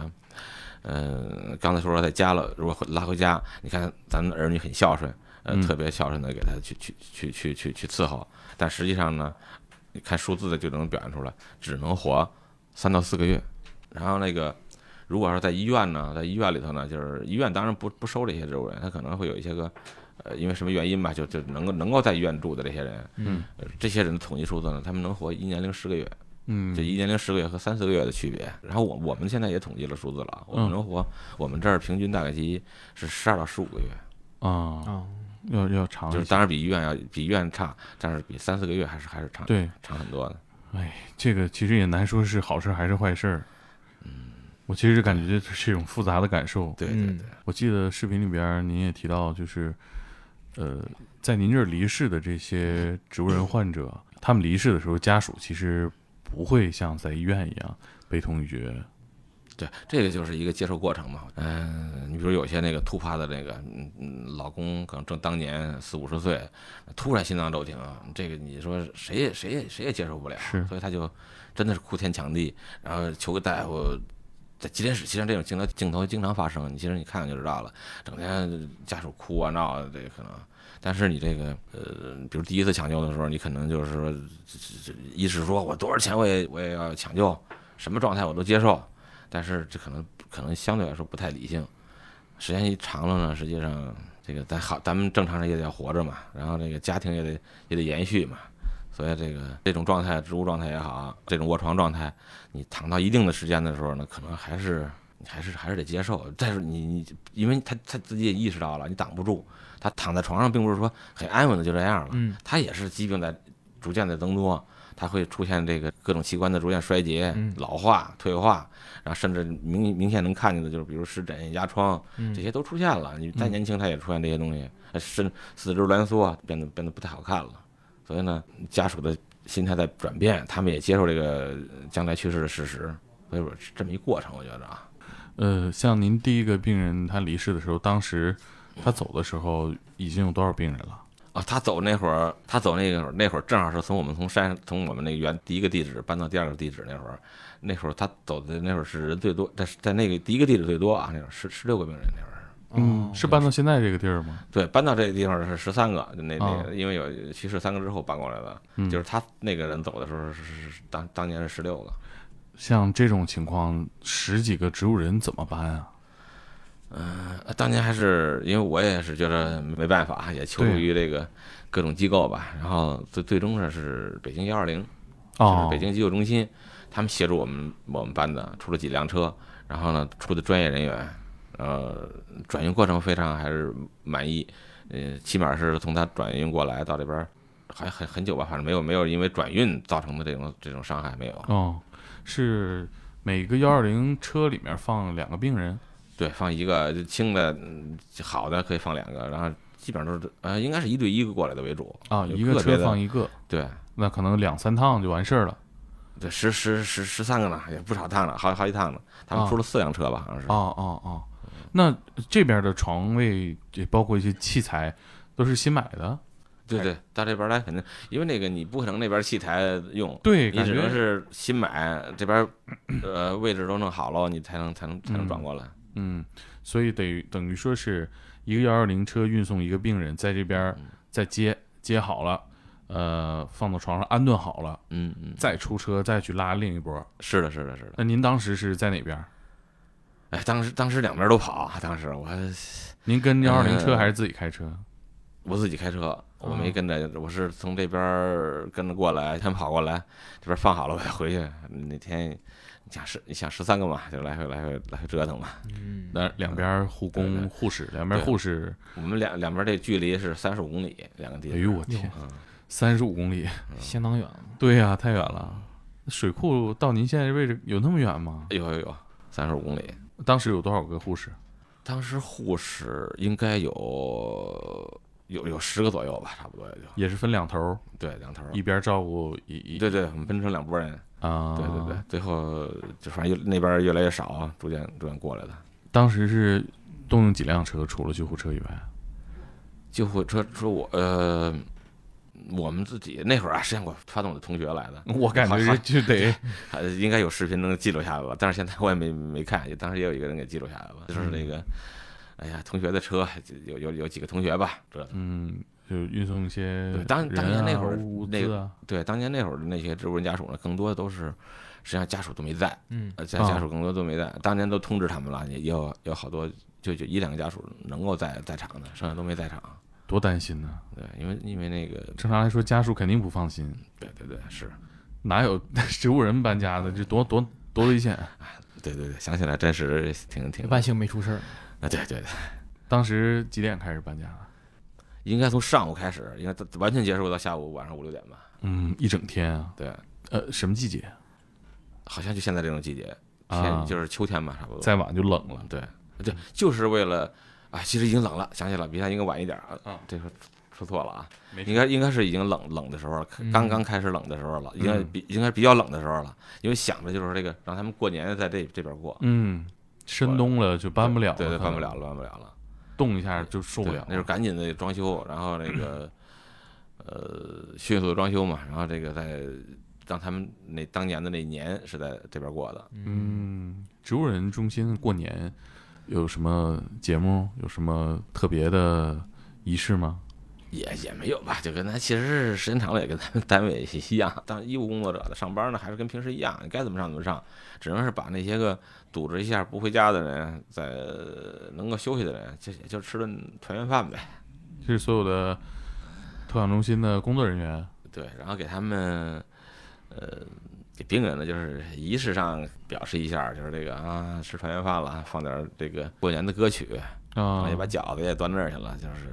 Speaker 2: 呃，刚才说了，在家了，如果回拉回家，你看咱们儿女很孝顺，呃，
Speaker 1: 嗯
Speaker 2: 特别孝顺的给他去去去去去去伺候，但实际上呢，你看数字的就能表现出来，只能活三到四个月。然后那个，如果要是在医院呢，在医院里头呢，就是医院当然不不收这些植物人，他可能会有一些个，呃，因为什么原因吧，就就能够能够在医院住的这些人，
Speaker 1: 嗯
Speaker 2: 呃，这些人的统计数字呢，他们能活一年零十个月。
Speaker 1: 嗯
Speaker 2: 就一年零十个月和三四个月的区别。然后我我们现在也统计了数字了啊，我们
Speaker 1: 嗯
Speaker 2: 能活，我们这儿平均大概期是十二到十五个月，
Speaker 1: 啊、
Speaker 3: 哦
Speaker 1: 要要长一
Speaker 2: 就
Speaker 1: 些
Speaker 2: 是当然比医院要比医院差，但是比三四个月还是还是长
Speaker 1: 对
Speaker 2: 长很多的。
Speaker 1: 这个其实也难说是好事还是坏事儿。我其实感觉这是一种复杂的感受。
Speaker 2: 嗯对对
Speaker 3: 嗯
Speaker 2: 对，
Speaker 1: 我记得视频里边儿您也提到，就是，呃，在您这儿离世的这些植物人患者，他们离世的时候，家属其实不会像在医院一样悲痛欲绝。
Speaker 2: 对，这个就是一个接受过程嘛。嗯、你比如有些那个突发的那个，嗯嗯，老公可能正当年四五十岁，突然心脏骤停，这个你说谁也谁也谁也接受不了，
Speaker 1: 是
Speaker 2: 所以他就真的是哭天抢地，然后求个大夫在急诊室，其实这种镜头镜头经常发生，你其实你看看就知道了，整天家属哭啊闹啊，这可能。但是你这个呃，比如第一次抢救的时候，你可能就是说，这这一是说我多少钱我也我也要抢救，什么状态我都接受，但是这可能可能相对来说不太理性。时间一长了呢，实际上这个咱好，咱们正常人也得要活着嘛，然后这个家庭也得也得延续嘛，所以这个这种状态，植物状态也好，这种卧床状态，你躺到一定的时间的时候呢，可能还是你还是还是得接受。但是你你，因为他他自己也意识到了，你挡不住，他躺在床上并不是说很安稳的就这样了，
Speaker 3: 嗯
Speaker 2: 他也是疾病在逐渐的增多，他会出现这个各种器官的逐渐衰竭、
Speaker 3: 嗯
Speaker 2: 老化、退化，然后甚至明明显能看见的就是，比如湿疹、压疮
Speaker 3: 嗯
Speaker 2: 这些都出现了。你再年轻，他也出现这些东西，呃身四肢挛缩，变得变得不太好看了。所以呢，家属的心态在转变，他们也接受这个呃将来去世的事实。所以说是这么一过程，我觉得啊，
Speaker 1: 呃，像您第一个病人他离世的时候，当时他走的时候已经有多少病人了？
Speaker 2: 啊，他走那会儿，他走那会儿，那会儿正好是从我们从山从我们那个原第一个地址搬到第二个地址那会儿，那会儿他走的那会儿是人最多，在在那个第一个地址最多啊，那会儿十十六个病人那会儿是。
Speaker 3: 哦
Speaker 1: 嗯是搬到现在这个地儿吗？
Speaker 2: 对，搬到这个地方是十三个，那那
Speaker 1: 啊
Speaker 2: 个因为有去世三个之后搬过来的，
Speaker 1: 嗯
Speaker 2: 就是他那个人走的时候是是是当当年是十六个，
Speaker 1: 像这种情况，十几个植物人怎么搬啊？嗯
Speaker 2: 呃当年还是因为我也是觉得没办法，啊也求助
Speaker 1: 对啊
Speaker 2: 于这个各种机构吧，然后最最终呢是北京幺二零，就是
Speaker 1: 哦，
Speaker 2: 北京急救中心，他们协助我们我们班的出了几辆车，然后呢出的专业人员，呃，转运过程非常还是满意，呃，起码是从他转运过来到这边儿，还很很久吧，反正没有没有因为转运造成的这种这种伤害没有。
Speaker 1: 哦，是每个幺二零车里面放两个病人。
Speaker 2: 对，放一个就轻的嗯好的可以放两个，然后基本上都是呃应该是一对一个过来的为主
Speaker 1: 啊，
Speaker 2: 有
Speaker 1: 一个
Speaker 2: 个别
Speaker 1: 车
Speaker 2: 的
Speaker 1: 放一个，
Speaker 2: 对。
Speaker 1: 那可能两三趟就完事儿了。
Speaker 2: 对，十十十十三个呢，也不少趟了，好好几趟了。他们
Speaker 1: 啊
Speaker 2: 出了四辆车吧，好像是。
Speaker 1: 哦哦哦，那这边的床位，也包括一些器材，都是新买的。
Speaker 2: 对对，到这边来肯定，因为那个你不可能那边器材用，
Speaker 1: 对，
Speaker 2: 你
Speaker 1: 感
Speaker 2: 只能
Speaker 1: 觉
Speaker 2: 是新买这边，呃，位置都弄好了，你才能才能才能转过来。
Speaker 1: 嗯，所以得等于说是一个幺二零车运送一个病人，在这边再接接好了，呃，放到床上安顿好了，
Speaker 2: 嗯嗯，
Speaker 1: 再出车再去拉另一波。
Speaker 2: 是的，是的，是的。
Speaker 1: 那您当时是在哪边？
Speaker 2: 哎，当时当时两边都跑，啊当时我还
Speaker 1: 您跟幺二零车
Speaker 2: 呃
Speaker 1: 还是自己开车？
Speaker 2: 我自己开车，我
Speaker 1: 哦
Speaker 2: 没跟着，我是从这边跟着过来，先跑过来，这边放好了我再回去。那天你想十你想十三个嘛，就来回来回来回折腾嘛。
Speaker 3: 嗯
Speaker 1: 那两边护
Speaker 2: 对对
Speaker 1: 工、护士，两边
Speaker 2: 对
Speaker 1: 护士，
Speaker 2: 我们两两边这距离是三十五公里，两个地
Speaker 1: 哎
Speaker 2: 方。
Speaker 1: 呦我天，
Speaker 2: 嗯
Speaker 1: 三十五公里， [LAUGHS]
Speaker 3: 相当远了。
Speaker 1: 对呀、太远了。水库到您现在这位置有那么远吗？
Speaker 2: 哎呦哎呦，三十五公里。
Speaker 1: 当时有多少个护士？
Speaker 2: 当时护士应该有有有十个左右吧，差不多也就
Speaker 1: 也是分两头儿，
Speaker 2: 对两头儿。
Speaker 1: 一边照顾一一
Speaker 2: 对对，我们分成两拨人，
Speaker 1: 啊，
Speaker 2: 对对对。，最后就反正越那边越来越少，啊逐渐逐渐过来的。
Speaker 1: 当时是动用几辆车，除了救护车以外，
Speaker 2: 救护车说我呃，我们自己那会儿啊，实际上我发 [LAUGHS] 动我的同学来的，
Speaker 1: 我感觉
Speaker 2: 好
Speaker 1: 是 [LAUGHS] 就
Speaker 2: [LAUGHS]
Speaker 1: 得
Speaker 2: 还应该有视频能记录下来吧，但是现在我也没没看，也当时也有一个人给记录下来了，就是
Speaker 1: 嗯
Speaker 2: 那个，哎呀，同学的车有有有几个同学吧，折腾。
Speaker 1: 嗯，就运送一些
Speaker 2: 对当当
Speaker 1: 人
Speaker 2: 年那
Speaker 1: 啊
Speaker 2: 会儿
Speaker 1: 物
Speaker 2: 那
Speaker 1: 资啊，
Speaker 2: 对，当年那会儿的那些植物人家属呢，更多都是实际上家属都没在，
Speaker 3: 嗯
Speaker 2: 呃，家
Speaker 1: 啊
Speaker 2: 家属更多都没在，当年都通知他们了，也也有有好多就就一两个家属能够在在场的，剩下都没在场。
Speaker 1: 多担心呢。
Speaker 2: 对，因为因为那个，
Speaker 1: 正常来说，家属肯定不放心，
Speaker 2: 对对对，是，
Speaker 1: 哪有 [LAUGHS] 植物人搬家的？这多多多危险！啊
Speaker 2: 对对对，想起来真是挺挺
Speaker 3: 万幸没出事儿。
Speaker 2: 啊，对对对，
Speaker 1: 当时几点开始搬家啊的？
Speaker 2: 应该从上午开始，应该到完全结束到下午晚上五六点吧。
Speaker 1: 嗯，一整天啊。
Speaker 2: 对，
Speaker 1: 呃，什么季节？
Speaker 2: 好像就现在这种季节，
Speaker 1: 啊
Speaker 2: 天就是秋天吧，差不多。
Speaker 1: 再晚就冷了。
Speaker 2: 对对，就是为了啊，其实已经冷了，想起来比他应该晚一点儿
Speaker 1: 啊
Speaker 2: 这个说错了啊，
Speaker 1: 没事
Speaker 2: 应该应该是已经冷冷的时候了，刚刚开始冷的时候了，应该
Speaker 1: 嗯
Speaker 2: 比应该是比较冷的时候了，因为想着就是这个让他们过年在这这边过，
Speaker 1: 嗯，深冬了就搬不了了，
Speaker 2: 对对，
Speaker 1: 可
Speaker 2: 办
Speaker 1: 能
Speaker 2: 不了，了，办不了了，
Speaker 1: 冻一下就受不
Speaker 2: 对
Speaker 1: 了
Speaker 2: 那时候赶紧的装修，然后那个呃迅速地装修嘛，然后这个再当他们那当年的那年是在这边过的。
Speaker 1: 嗯，植物人中心过年有什么节目？有什么特别的仪式吗？
Speaker 2: 也也没有吧，就跟咱其实是时间长了也跟咱们单位一样，当医务工作者的上班呢还是跟平时一样，你该怎么上怎么上，只能是把那些个组织一下不回家的人，在能够休息的人，就也就吃顿团圆饭呗。
Speaker 1: 是所有的托养中心的工作人员，
Speaker 2: 对，然后给他们，呃，给病人呢，就是仪式上表示一下，就是这个啊，吃团圆饭了，放点儿这个过年的歌曲，然
Speaker 1: 啊
Speaker 2: 后也，把饺子也端那儿去了，就是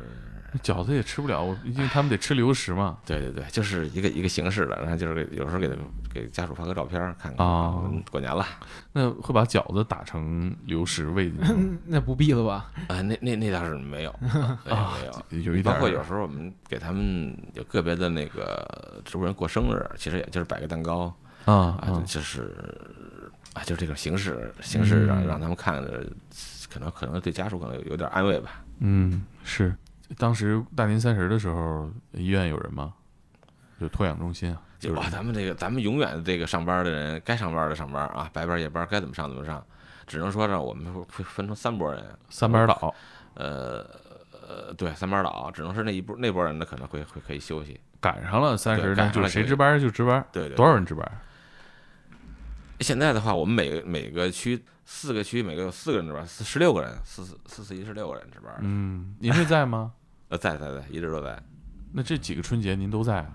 Speaker 1: 饺子也吃不了，我因为他们得吃流食嘛。
Speaker 2: 对对对，就是一个一个形式的，然后就是给有时候给他给家属发个照片儿，看看
Speaker 1: 哦
Speaker 2: 嗯过年了
Speaker 1: 那会把饺子打成流食喂进去吗
Speaker 3: [LAUGHS] 那不必了吧？
Speaker 2: 啊，那那那倒是
Speaker 1: [LAUGHS]
Speaker 2: 没有，对
Speaker 1: 啊
Speaker 2: 没有。
Speaker 1: 有一点
Speaker 2: 包
Speaker 1: 儿
Speaker 2: 括有时候我们给他们有个别的那个植物人过生日，其实也就是摆个蛋糕
Speaker 1: 啊
Speaker 2: 啊
Speaker 1: 啊，
Speaker 2: 就是啊，就是这个形式形式让
Speaker 1: 嗯
Speaker 2: 让他们看着，可能可能对家属可能有有点安慰吧。
Speaker 1: 嗯，是。当时大年三十的时候，医院有人吗？就托养中心啊，
Speaker 2: 就哇，咱们这个咱们永远这个上班的人，该上班的上班啊，白班夜班该怎么上怎么上，只能说呢，我们会会分成三拨人，
Speaker 1: 三班倒
Speaker 2: 呃呃，对，三班倒，只能是那一波那波人呢，可能会会可以休息。
Speaker 1: 赶上了三
Speaker 2: 对
Speaker 1: 十，
Speaker 2: 赶
Speaker 1: 那
Speaker 2: 上
Speaker 1: 就
Speaker 2: 了
Speaker 1: 谁
Speaker 2: 就
Speaker 1: 值班就值班，
Speaker 2: 对对对
Speaker 1: 多少人值班？
Speaker 2: 现在的话，我们每个每个区四个区，每个有四个人值班，四十六个人，四四四四一十六个人值班。
Speaker 1: 嗯，您会在吗？
Speaker 2: 呃，在在在，一直都在，
Speaker 1: 那这几个春节您都在啊？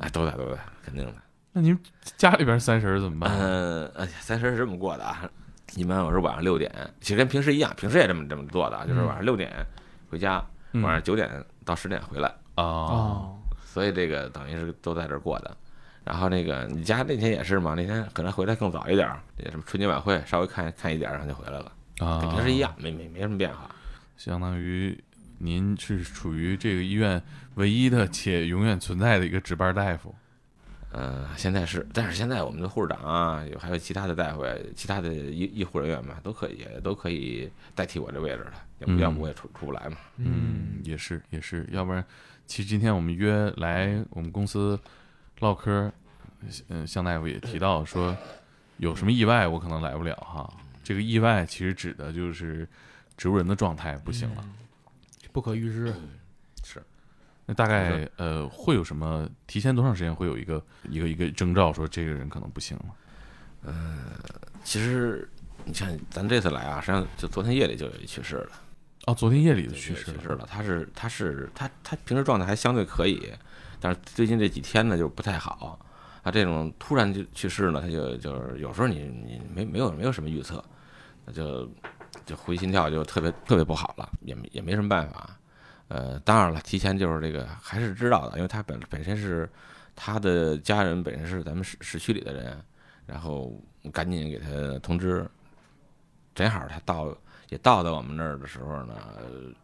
Speaker 2: 哎，都在都在，肯定的。
Speaker 1: 那您家里边三十儿怎么办？啊
Speaker 2: 嗯，哎呀，三十儿是这么过的啊，一般我是晚上六点，其实跟平时一样，平时也这么这么做的啊，就是晚上六点回家，
Speaker 1: 嗯
Speaker 2: 晚上九点到十点回来，
Speaker 1: 啊，
Speaker 3: 哦，
Speaker 2: 所以这个等于是都在这儿过的。然后那个你家那天也是嘛，那天可能回来更早一点儿，也什么春节晚会稍微看看一点儿，然后就回来了，
Speaker 1: 啊
Speaker 2: 跟平时一样，没没没什么变化。
Speaker 1: 相当于您是处于这个医院唯一的且永远存在的一个值班大夫。
Speaker 2: 嗯，现在是，但是现在我们的护士长啊，有还有其他的大夫、其他的医医护人员嘛，都可以都可以代替我这位置了，要不
Speaker 1: 嗯
Speaker 2: 要不我也出出不来嘛。
Speaker 1: 嗯，也是也是，要不然，其实今天我们约来我们公司唠嗑儿，嗯，向大夫也提到说，有什么意外我可能来不了哈。这个意外其实指的就是植物人的状态不行了。
Speaker 2: 嗯
Speaker 3: 不可预知。
Speaker 1: 那大概呃会有什么？提前多长时间会有一个一个一个征兆说这个人可能不行了？
Speaker 2: 其实你像咱这次来啊，实际上就昨天夜里就有一去世了。
Speaker 1: 哦，昨天夜里
Speaker 2: 对
Speaker 1: 就去世
Speaker 2: 去世
Speaker 1: 了。
Speaker 2: 了。他是他是他他平时状态还相对可以，但是最近这几天呢就不太好。他这种突然就去世呢，他就就是有时候你你没没有没有什么预测，那就就回心跳就特别特别不好了，也没也没什么办法。呃，当然了，提前就是这个还是知道的，因为他本本身是他的家人本身是咱们市市区里的人，然后赶紧给他通知。正好他到也到到我们那儿的时候呢，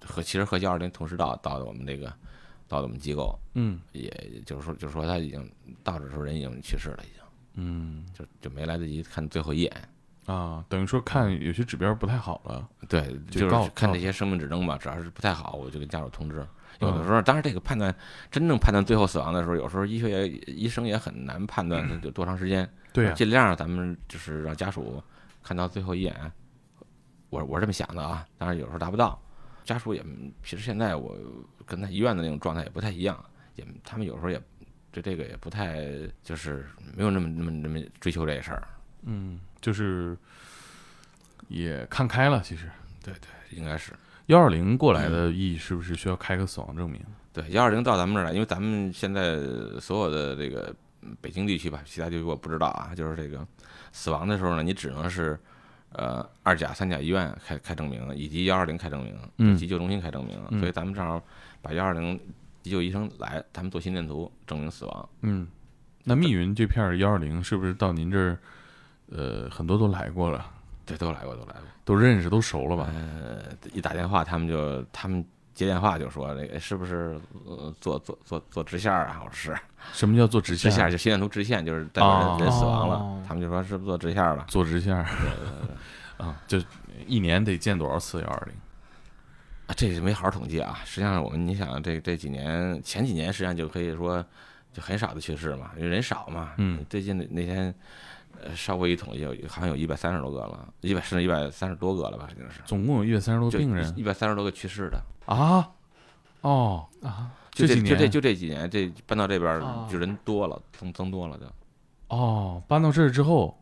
Speaker 2: 和其实和幺二零同时到到的我们这个到的我们机构，
Speaker 1: 嗯
Speaker 2: 也也就是说就是说他已经到的时候人已经去世了，已经
Speaker 1: 嗯
Speaker 2: 就就没来得及看最后一眼。
Speaker 1: 啊，等于说看有些指标不太好了。
Speaker 2: 对，
Speaker 1: 就
Speaker 2: 就
Speaker 1: 告
Speaker 2: 是看
Speaker 1: 告
Speaker 2: 这
Speaker 1: 诉
Speaker 2: 些生命指征吧，只要是不太好，我就跟家属通知。有
Speaker 1: 嗯
Speaker 2: 的时候，当然这个判断真正判断最后死亡的时候，有时候医学也医生也很难判
Speaker 1: [CLEARS THROAT]
Speaker 2: 断它有多长时间。
Speaker 1: 对啊呀、
Speaker 2: 尽量咱们就是让家属看到最后一眼。我我是这么想的啊，当然有时候达不到，家属也嗯其实现在我跟他医院的那种状态也不太一样，也他们有时候也对这个也不太就是没有那么那么那么追求这事儿，
Speaker 1: 嗯，就是也看开了。其实
Speaker 2: 应该是
Speaker 1: 幺二零过
Speaker 2: 嗯
Speaker 1: 来的意义是不是需要开个死亡证明？
Speaker 2: 对幺二零到咱们这儿来，因为咱们现在所有的这个嗯北京地区吧，其他地区我不知道啊，就是这个死亡的时候呢，你只能是呃二甲、三甲医院开开证明，以及幺二零开证明，
Speaker 1: 嗯
Speaker 2: 急救中心开证明，
Speaker 1: 嗯
Speaker 2: 所以咱们正好把幺二零急救医生来，他们做心电图证明死亡。
Speaker 1: 嗯，那密云这片幺二零是不是到您这儿，呃，很多都来过了，
Speaker 2: 对，都来过，都来过。
Speaker 1: 都认识，都熟了吧？
Speaker 2: 呃，一打电话，他们就他们接电话就说那个哎是不是呃做做做做支线啊？我说是
Speaker 1: 什么叫做直
Speaker 2: 支
Speaker 1: 线？
Speaker 2: 线，就心电图支线，就是代表人人死亡
Speaker 3: 哦
Speaker 2: 了。他们就说是不是做支线了？
Speaker 1: 做直线儿 [LAUGHS] 啊，就一年得见多少次幺二零？
Speaker 2: 啊，这是没好好统计啊。实际上，我们你想，这这几年前几年，实际上就可以说，就很少的去世嘛，因为人少嘛。
Speaker 1: 嗯，
Speaker 2: 最近那那天，呃，稍微一统计，有好像有一百三十多个了，一百甚至一百三十多个了吧，肯定是。
Speaker 1: 总共有一百三十多病人
Speaker 2: 一百三十多个去世的，
Speaker 1: 啊，哦，
Speaker 3: 啊，
Speaker 2: 就
Speaker 1: 这几
Speaker 2: 这就这
Speaker 1: 年
Speaker 2: 就这几年，这搬到这边
Speaker 3: 啊
Speaker 2: 儿就人多了，增增多了就。
Speaker 1: 哦，搬到这儿之后，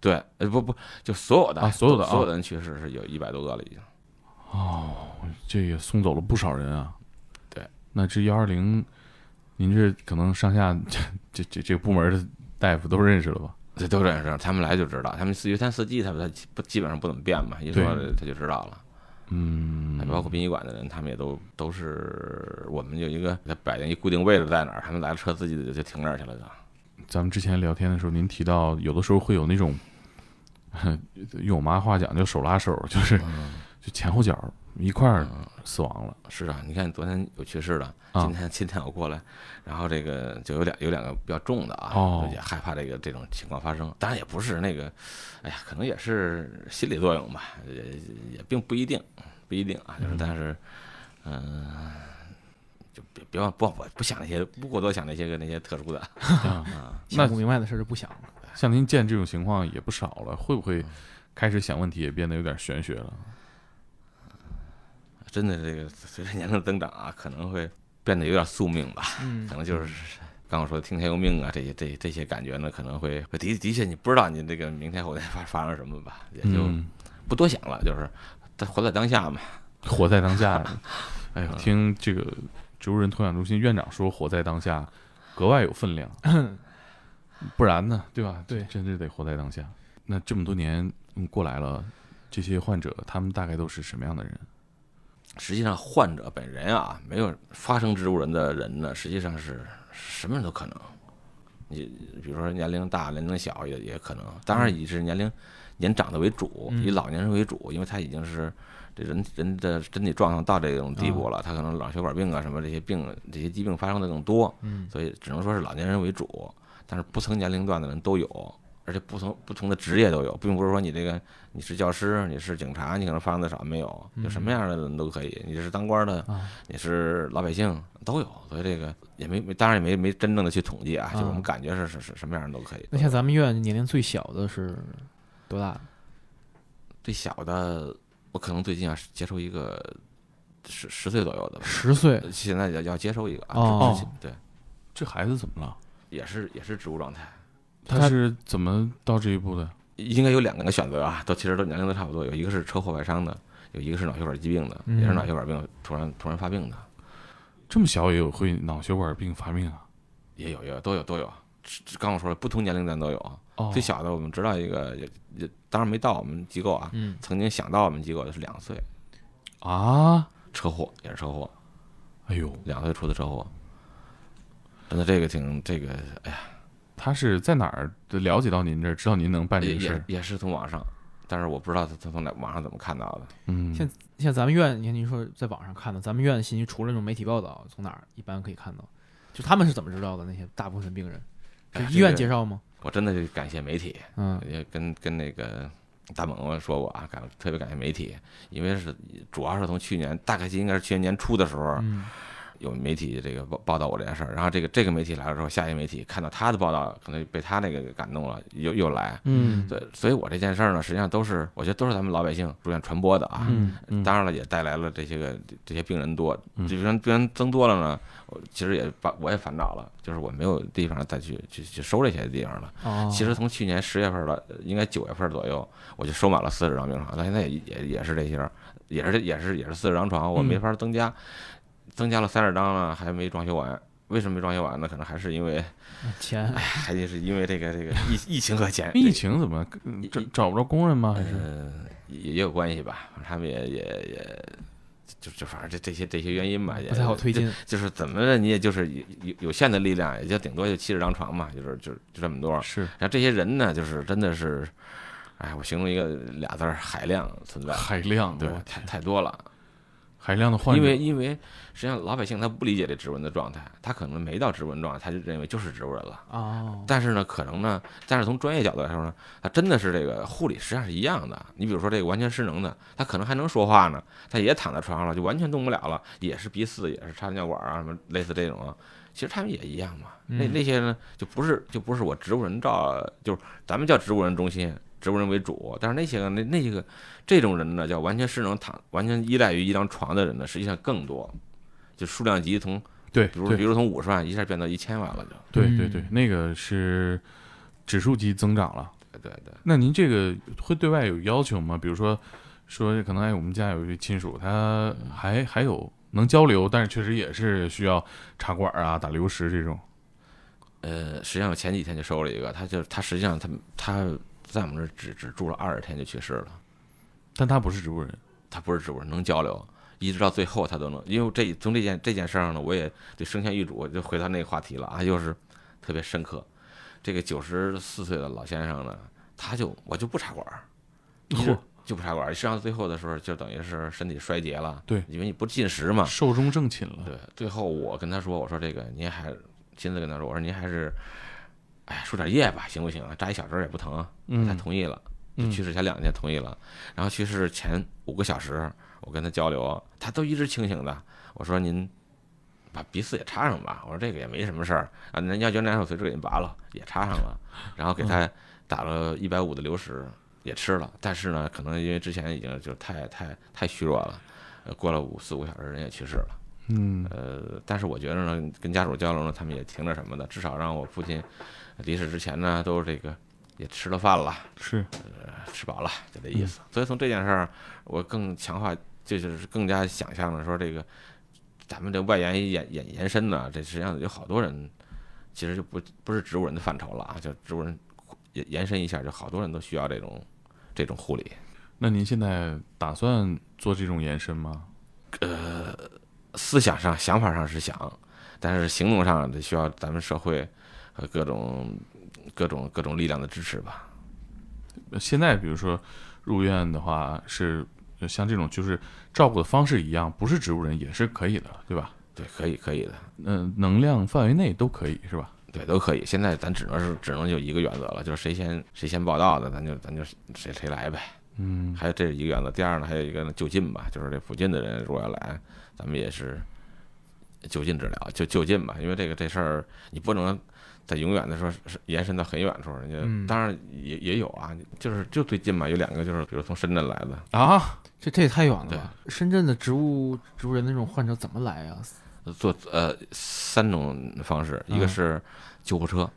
Speaker 2: 对，呃不不，就所有的
Speaker 1: 啊所有的
Speaker 2: 所有
Speaker 1: 啊
Speaker 2: 的人去世是有一百多个了已经。
Speaker 1: 这也送走了不少人啊。
Speaker 2: 对，
Speaker 1: 那这幺二零，您这可能上下这这这个部门的大夫都认识了吧？
Speaker 2: 这都认识，他们来就知道，他们四一三四季，他们他不基本上不怎么变嘛，一说
Speaker 1: 对
Speaker 2: 他就知道了。
Speaker 1: 嗯，
Speaker 2: 包括殡仪馆的人，他们也都都是我们有一个给他摆定一固定位置在哪儿，他们来了车自己就就停那儿去了就。
Speaker 1: 咱们之前聊天的时候，您提到有的时候会有那种， [LAUGHS] 用我妈话讲叫手拉手，就是
Speaker 2: 嗯
Speaker 1: 就前后脚一块儿死亡了。
Speaker 2: 是啊，你看昨天有去世的，
Speaker 1: 啊
Speaker 2: 今天今天我过来，然后这个就有两有两个比较重的啊，
Speaker 1: 哦
Speaker 2: 也害怕这个这种情况发生。当然也不是那个，哎呀，可能也是心理作用吧，也也也并不一定，不一定啊，就是但是，嗯、就别别往不不不想那些，不过多想那些个那些特殊的，嗯
Speaker 1: [LAUGHS]
Speaker 2: 啊
Speaker 1: 那
Speaker 3: 想不明白的事儿就不想了。
Speaker 1: 像您见这种情况也不少了，会不会开始想问题也变得有点玄学了？
Speaker 2: [LAUGHS] 真的这个随着年龄增长啊，可能会变得有点宿命吧。
Speaker 3: 嗯
Speaker 2: 可能就是刚我说的听天由命啊，这些这这些感觉呢，可能会会的的确你不知道你这个明天后天发 [LAUGHS] 发生什么吧，也就
Speaker 1: 嗯，
Speaker 2: 不多想了，就是但活在当下嘛。
Speaker 1: 活在当
Speaker 2: [LAUGHS]
Speaker 1: 下。哎
Speaker 2: 嗯
Speaker 1: 呦，听这个植物人托养中心院长说，活在当下格外有分量，
Speaker 2: 嗯
Speaker 1: 不然呢，对吧？
Speaker 3: 对
Speaker 1: 真是得活在当下。那这么多年嗯过来了，这些患者他们大概都是什么样的人？
Speaker 2: 实际上，患者本人啊，没有发生植物人的人呢，实际上是什么人都可能。你比如说年龄大、年龄小也也可能，当然以是年龄年长的为主，
Speaker 3: 嗯
Speaker 2: 以老年人为主，因为他已经是这人人的身体状况到这种地步了，他可能脑血管病啊什么这些病这些疾病发生的更多，
Speaker 3: 嗯
Speaker 2: 所以只能说是老年人为主，但是不同年龄段的人都有，而且不同不同的职业都有，并不是说你这个你是教师，你是警察，你可能发生的少没有，就什么样的人都可以，你是当官的，
Speaker 3: 嗯啊
Speaker 2: 你是老百姓都有，所以这个也没没当然也没没真正的去统计啊，
Speaker 3: 啊
Speaker 2: 就是我们感觉是是是什么样的都可以。
Speaker 3: 那像咱们医院年龄最小的是多大？
Speaker 2: 最小的，我可能最近要接受一个十十岁左右的吧，
Speaker 3: 十岁。
Speaker 2: 现在要要接受一个啊，
Speaker 3: 哦
Speaker 2: 之之前对，
Speaker 1: 这孩子怎么了？
Speaker 2: 也是也是植物状态。
Speaker 1: 他
Speaker 3: 他
Speaker 1: 是怎么到这一步的？
Speaker 2: 应该有两个选择啊，都其实都年龄都差不多，有一个是车祸外伤的，有一个是脑血管疾病的，
Speaker 3: 嗯
Speaker 2: 也是脑血管病突然突然发病的，
Speaker 1: 这么小也有会脑血管病发病啊？
Speaker 2: 也有也有都有都有。这这刚我说了，不同年龄段都有。
Speaker 1: 哦
Speaker 2: 最小的我们知道一个，也也当然没到我们机构啊，
Speaker 3: 嗯，
Speaker 2: 曾经想到我们机构的是两岁，
Speaker 1: 啊，
Speaker 2: 车祸也是车祸，
Speaker 1: 哎呦，
Speaker 2: 两岁出的车祸。真的这个挺这个，哎呀，
Speaker 1: 他是在哪儿了解到您这儿，知道您能办这
Speaker 2: 也
Speaker 1: 个事
Speaker 2: 也
Speaker 1: 儿？
Speaker 2: 也是从网上，但是我不知道他他从哪网上怎么看到的。
Speaker 1: 嗯，
Speaker 3: 现像咱们院，你看您说在网上看的，咱们院的信息除了那种媒体报道，从哪儿一般可以看到？就他们是怎么知道的？那些大部分病人
Speaker 2: 哎
Speaker 3: 是医院
Speaker 2: 这
Speaker 3: 介
Speaker 2: 个
Speaker 3: 绍吗？
Speaker 2: 我真的得感谢媒体，
Speaker 3: 嗯
Speaker 2: 也跟跟那个大猛我说过啊，感特别感谢媒体，因为是主要是从去年，大概应该是去年年初的时候，
Speaker 3: 嗯
Speaker 2: 有媒体这个报报道我这件事儿，然后这个这个媒体来了之后，下一个媒体看到他的报道，可能被他那个感动了，又又来。
Speaker 1: 嗯
Speaker 2: 对，所以我这件事儿呢，实际上都是我觉得都是咱们老百姓逐渐传播的啊。
Speaker 1: 嗯嗯，
Speaker 2: 当然了，也带来了这些个这些病人多，
Speaker 1: 嗯
Speaker 2: 这病人病人增多了呢，我其实也把我也烦恼了，就是我没有地方再去去去收这些地方了。
Speaker 3: 哦，
Speaker 2: 嗯其实从去年十月份了，呃应该九月份左右，我就收满了四十张病床，到现在也也也是这些儿，也是这也是也是四十张床，我没
Speaker 3: 嗯
Speaker 2: 法增加，增加了三十张呢，还没装修完。为什么没装修完呢？可能还是因为， [LAUGHS]
Speaker 3: 钱
Speaker 2: 哎，还是因为这个这个疫疫情和
Speaker 3: [LAUGHS]
Speaker 2: 钱，
Speaker 1: 疫情怎么嗯找找不着工人吗？还是
Speaker 2: 嗯，也也有关系吧。反正他们也也也，就就反正这这些这些原因吧，也
Speaker 3: 不太好推进。
Speaker 2: 就是怎么着，你也就是有有有限的力量，也就顶多就七十张床嘛，就是就就这么多。
Speaker 1: 是
Speaker 2: 然后这些人呢，就是真的是，哎，我形容一个俩字儿，海量存在，
Speaker 1: 海量，
Speaker 2: 对
Speaker 1: 我，
Speaker 2: 太太多了。
Speaker 1: 海量的患者，
Speaker 2: 因为因为实际上老百姓他不理解这指纹的状态，他可能没到指纹状态，他就认为就是指纹了。
Speaker 3: 哦，
Speaker 2: 但是呢，可能呢，但是从专业角度来说呢，它真的是这个护理实际上是一样的。你比如说这个完全失能的，他可能还能说话呢，他也躺在床上了，就完全动不了了，也是鼻饲，也是插尿管啊，什么类似这种啊。其实他们也一样嘛。那
Speaker 3: 嗯
Speaker 2: 那些呢，就不是就不是我植物人照，就是咱们叫植物人中心，植物人为主。但是那些个那那个这种人呢，叫完全失能躺，完全依赖于一张床的人呢，实际上更多。就数量级从，
Speaker 1: 对
Speaker 2: 比如
Speaker 1: 对
Speaker 2: 比如从五十万一下变到一千万了，就
Speaker 1: 对对对
Speaker 3: 嗯，
Speaker 1: 那个是指数级增长了。
Speaker 2: 对对对。
Speaker 1: 那您这个会对外有要求吗？比如说，说可能哎，我们家有一位亲属，他还还有能交流，但是确实也是需要插管啊、打流食这种。
Speaker 2: 呃，实际上我前几天就收了一个，他就他实际上他他在我们这儿只只住了二十天就去世了，
Speaker 1: 但他不是植物人，
Speaker 2: 他不是植物人，能交流，一直到最后他都能，因为这从这件这件事儿上呢，我也对生前遇主，我就回到那个话题了啊，又是特别深刻。这个九十四岁的老先生呢，他就我就不插管儿，一直
Speaker 1: 嚯
Speaker 2: 就不插管儿，实际上最后的时候就等于是身体衰竭了，
Speaker 1: 对
Speaker 2: 因为你不进食嘛，
Speaker 1: 寿终正寝了。
Speaker 2: 啊对，最后我跟他说，我说这个您还亲自跟他说，我说您还是，哎，输点液吧，行不行啊？扎一小针儿也不疼啊。他
Speaker 1: 嗯
Speaker 2: 同意了，就
Speaker 1: 嗯
Speaker 2: 去世前两天同意了，然后去世前五个小时，我跟他交流，他都一直清醒的。我说您把鼻饲也插上吧，我说这个也没什么事儿啊，人家觉得奶手随时给您拔了，也插上
Speaker 1: [LAUGHS]
Speaker 2: 了，然后给他
Speaker 1: 嗯
Speaker 2: 打了一百五的流食，也吃了，但是呢，可能因为之前已经就太太太虚弱了，呃过了五四五个小时人也去世了。
Speaker 1: 嗯，
Speaker 2: 呃，但是我觉得呢，跟家属交流呢，他们也挺那什么的，至少让我父亲离世之前呢，都这个也吃了饭了，
Speaker 1: 是
Speaker 2: 吃饱了，就这意思。所以从这件事儿，我更强化，这就是更加想象了说这个咱们这外延延延延伸呢，这实际上有好多人其实就不不是植物人的范畴了啊，就植物人延延伸一下，就好多人都需要这种这种护理。
Speaker 1: 那您现在打算做这种延伸吗？
Speaker 2: 思想上、想法上是想，但是行动上得需要咱们社会和各种各种各种力量的支持吧。
Speaker 1: 呃现在比如说入院的话，是呃像这种就是照顾的方式一样，不是植物人也是可以的，对吧？
Speaker 2: 对，可以，可以的，
Speaker 1: 嗯、能量范围内都可以，是吧？
Speaker 2: 对，都可以。现在咱只能是只能就一个原则了，就是谁先谁先报道的，咱就咱就谁谁来呗。
Speaker 1: 嗯，
Speaker 2: 还有这是一个原则。第二呢，还有一个呢，就近吧，就是这附近的人如果要来，咱们也是就近治疗，就就近吧，因为这个这事儿你不能在永远的说是延伸到很远处，人家、
Speaker 3: 嗯
Speaker 2: 当然也也有啊，就是就最近嘛，有两个就是比如从深圳来的，
Speaker 1: 啊，
Speaker 3: 这这也太远了吧？深圳的植物植物人的那种患者怎么来啊？
Speaker 2: 做呃三种方式，一个
Speaker 3: 嗯
Speaker 2: 是救护车，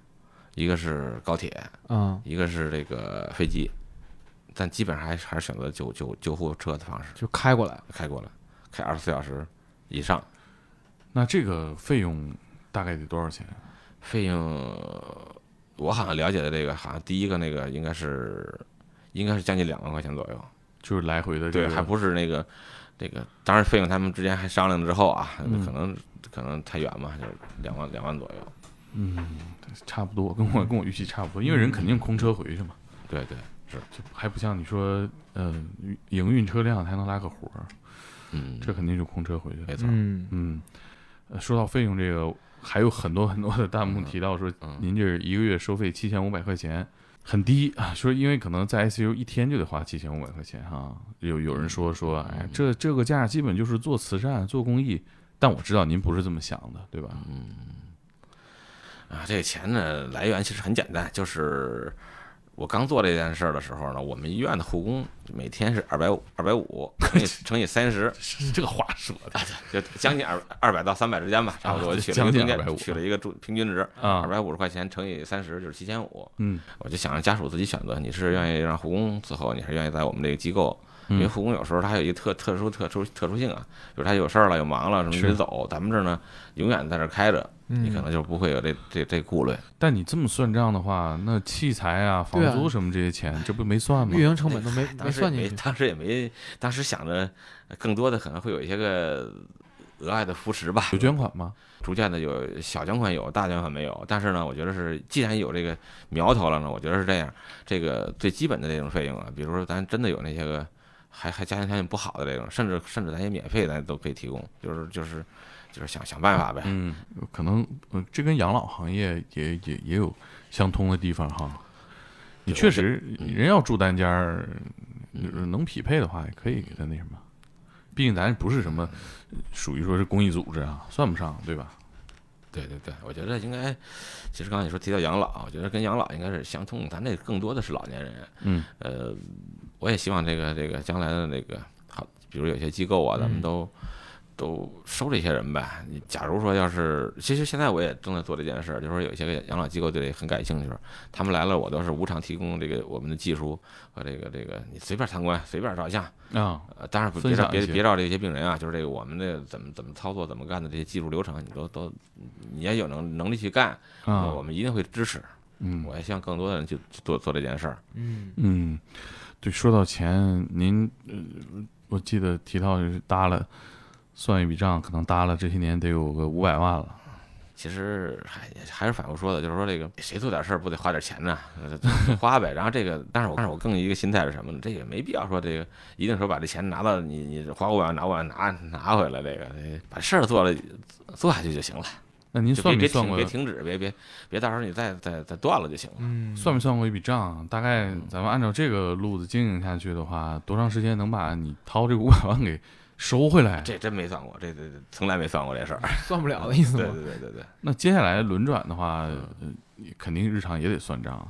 Speaker 2: 一个是高铁，
Speaker 3: 嗯，
Speaker 2: 一个是这个飞机，但基本上还是还是选择救救救护车的方式，
Speaker 3: 就开过来。
Speaker 2: 开过来，开二十四小时以上。
Speaker 1: 那这个费用大概得多少钱？啊
Speaker 2: 费用，我好像了解的这个，好像第一个那个应该是，应该是将近两万块钱左右。
Speaker 1: 就是来回的这
Speaker 2: 对，
Speaker 1: 个，
Speaker 2: 还不是那个，这个当然费用他们之间还商量了之后啊，
Speaker 1: 嗯
Speaker 2: 可能可能太远嘛，就是两万两万左右。
Speaker 1: 嗯，差不多，跟
Speaker 2: 嗯
Speaker 1: 我跟我预期差不多，因为人肯定空车回去嘛，
Speaker 2: 对对，
Speaker 1: 就还不像你说，呃，营运车辆还能拉个活儿，
Speaker 2: 嗯，
Speaker 1: 这肯定就空车回去。
Speaker 2: 没错。
Speaker 3: 嗯，
Speaker 1: 嗯，呃说到费用这个，还有很多很多的弹幕提到说，
Speaker 2: 嗯
Speaker 1: 您这一个月收费七千五百块钱，很低啊。说因为可能在 ICU 一天就得花七千五百块钱哈、有有
Speaker 2: 嗯
Speaker 1: 人说说，哎，这这个价基本就是做慈善、做公益。但我知道您不是这么想的，对吧？
Speaker 2: 嗯
Speaker 1: [LAUGHS]
Speaker 2: 啊，这个钱呢来源其实很简单，就是我刚做这件事儿的时候呢，我们医院的护工每天是二百五，二百五
Speaker 1: [LAUGHS]
Speaker 2: 乘以乘以三十，
Speaker 1: 这个话说
Speaker 2: [LAUGHS]
Speaker 1: 的
Speaker 2: 就将近二二百到三百之间吧，差不多
Speaker 1: 啊
Speaker 2: 就取了
Speaker 1: 将
Speaker 2: 一个
Speaker 1: 近
Speaker 2: 中间
Speaker 1: 250
Speaker 2: 取了一个中平均值，二
Speaker 1: 啊，
Speaker 2: 百五十块钱乘以三十就是七千五。
Speaker 1: 嗯
Speaker 2: 我就想让家属自己选择，你是愿意让护工伺候，你还是愿意在我们这个机构？因为
Speaker 1: 嗯
Speaker 2: 护工有时候他有一个特特殊特殊特殊性啊，就是他有事儿了，有忙了什么
Speaker 1: 是嗯
Speaker 2: 就得走，咱们这儿呢永远在这儿开着，
Speaker 3: 你
Speaker 2: 你可能就不会有这这这顾虑。
Speaker 1: 但你这么算账的话，那器材啊、房
Speaker 3: 对啊
Speaker 1: 租什么这些钱，这不没算吗
Speaker 3: 运？营成本都没
Speaker 2: 当时也
Speaker 3: 算进
Speaker 2: 没，
Speaker 3: 去。
Speaker 2: 当时也没，当时想着更多的可能会有一些个额外的扶持吧。
Speaker 1: 有捐款吗？
Speaker 2: 逐渐的有小捐款有，大捐款没有。但是呢，我觉得是既然有这个苗头了呢，我觉得是这样。这个最基本的这种费用啊，比如说咱真的有那些个还还家庭条件不好的这种，甚至甚至咱也免费，咱都可以提供，就是就是就是想想办法呗。
Speaker 1: 嗯，可能呃这跟养老行业也也也有相通的地方哈。你
Speaker 2: 对
Speaker 1: 确
Speaker 2: 我
Speaker 1: 实，
Speaker 2: 嗯
Speaker 1: 人要住单间儿，呃
Speaker 2: 嗯
Speaker 1: 能匹配的话，也可以给他那什么。毕竟咱不是什么属于说是公益组织啊，算不上，对吧？
Speaker 2: 对对对，我觉得应该，其实刚才你说提到养老，我觉得跟养老应该是相通，咱这更多的是老年人。
Speaker 1: 嗯，
Speaker 2: 呃，我也希望这个这个将来的那个好，比如有些机构啊，咱们
Speaker 1: 嗯
Speaker 2: 都、都收这些人呗。你假如说要是，其实现在我也正在做这件事儿，就是说有一些个养老机构对这很感兴趣，他们来了，我都是无偿提供这个我们的技术和这个这个，你随便参观，随便照相，
Speaker 1: 啊，
Speaker 2: 呃，当然不
Speaker 1: 分
Speaker 2: 别照
Speaker 1: 享一
Speaker 2: 别
Speaker 1: 些
Speaker 2: 别照这些病人啊，就是这个我们这怎么怎么操作、怎么干的这些技术流程，你都都你也有能能力去干，
Speaker 1: 啊，
Speaker 2: 我们一定会支持。
Speaker 1: 嗯
Speaker 2: 我也希望更多的人去去做做这件事儿。
Speaker 3: 嗯，
Speaker 1: 嗯，对，说到钱，您呃，我记得提到就是搭了，算一笔账，可能搭了这些年得有个五百万了。
Speaker 2: 其实还还是反复说的，就是说这个谁做点事儿不得花点钱呢？呃就就花呗。然后这个，但是我但是我更一个心态是什么呢？这个没必要说这个一定说把这钱拿到你你花五百万拿五百万拿拿回来，这个这把事儿做了做下去就行了，
Speaker 1: 那您
Speaker 2: 就
Speaker 1: 算没
Speaker 2: 别别
Speaker 1: 算
Speaker 2: 停
Speaker 1: 过
Speaker 2: 别？停止，别别别到时候你再再再断了就行了。
Speaker 3: [LAUGHS] 嗯，
Speaker 1: 算没算过一笔账？大概咱们按照这个路子经营下去的话，多长时间能把你掏这五百万给收回来？
Speaker 2: 这真没算过，这这这从来没算过这
Speaker 1: [LAUGHS]
Speaker 2: 事儿。
Speaker 3: 算不了的意思
Speaker 2: 对
Speaker 3: 吗？
Speaker 2: 对对对对，
Speaker 1: 那接下来轮转的话，
Speaker 2: 嗯
Speaker 1: 呃肯定日常也得算账，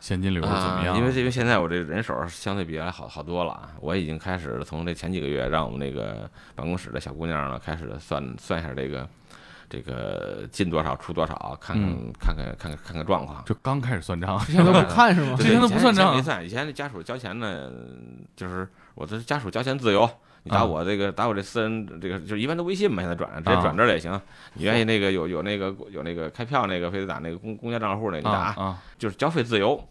Speaker 1: 现金流是怎么样？
Speaker 2: 啊因为这因为现在我这人手相对比原来好好多了啊，我已经开始从这前几个月让我们那个办公室的小姑娘呢开始算算一下这个这个进多少出多少，看看、
Speaker 1: 嗯
Speaker 2: 看看看看看看状况。
Speaker 1: 这刚开始算账，
Speaker 3: 之前都不看是吗
Speaker 1: 哦这？些都
Speaker 2: 以前
Speaker 1: 不算账啊
Speaker 2: 以前没算。以前这家属交钱呢，就是我的家属交钱自由，你打
Speaker 1: 啊
Speaker 2: 我这个、打我这私人这个，就是一般都微信嘛，现在转直接
Speaker 1: 啊
Speaker 2: 转这儿也行。你愿意那个有有那个有那个开票那个，非得打那个公公家账户那个你打。
Speaker 1: [LAUGHS] 啊啊！
Speaker 2: 就是交费自由，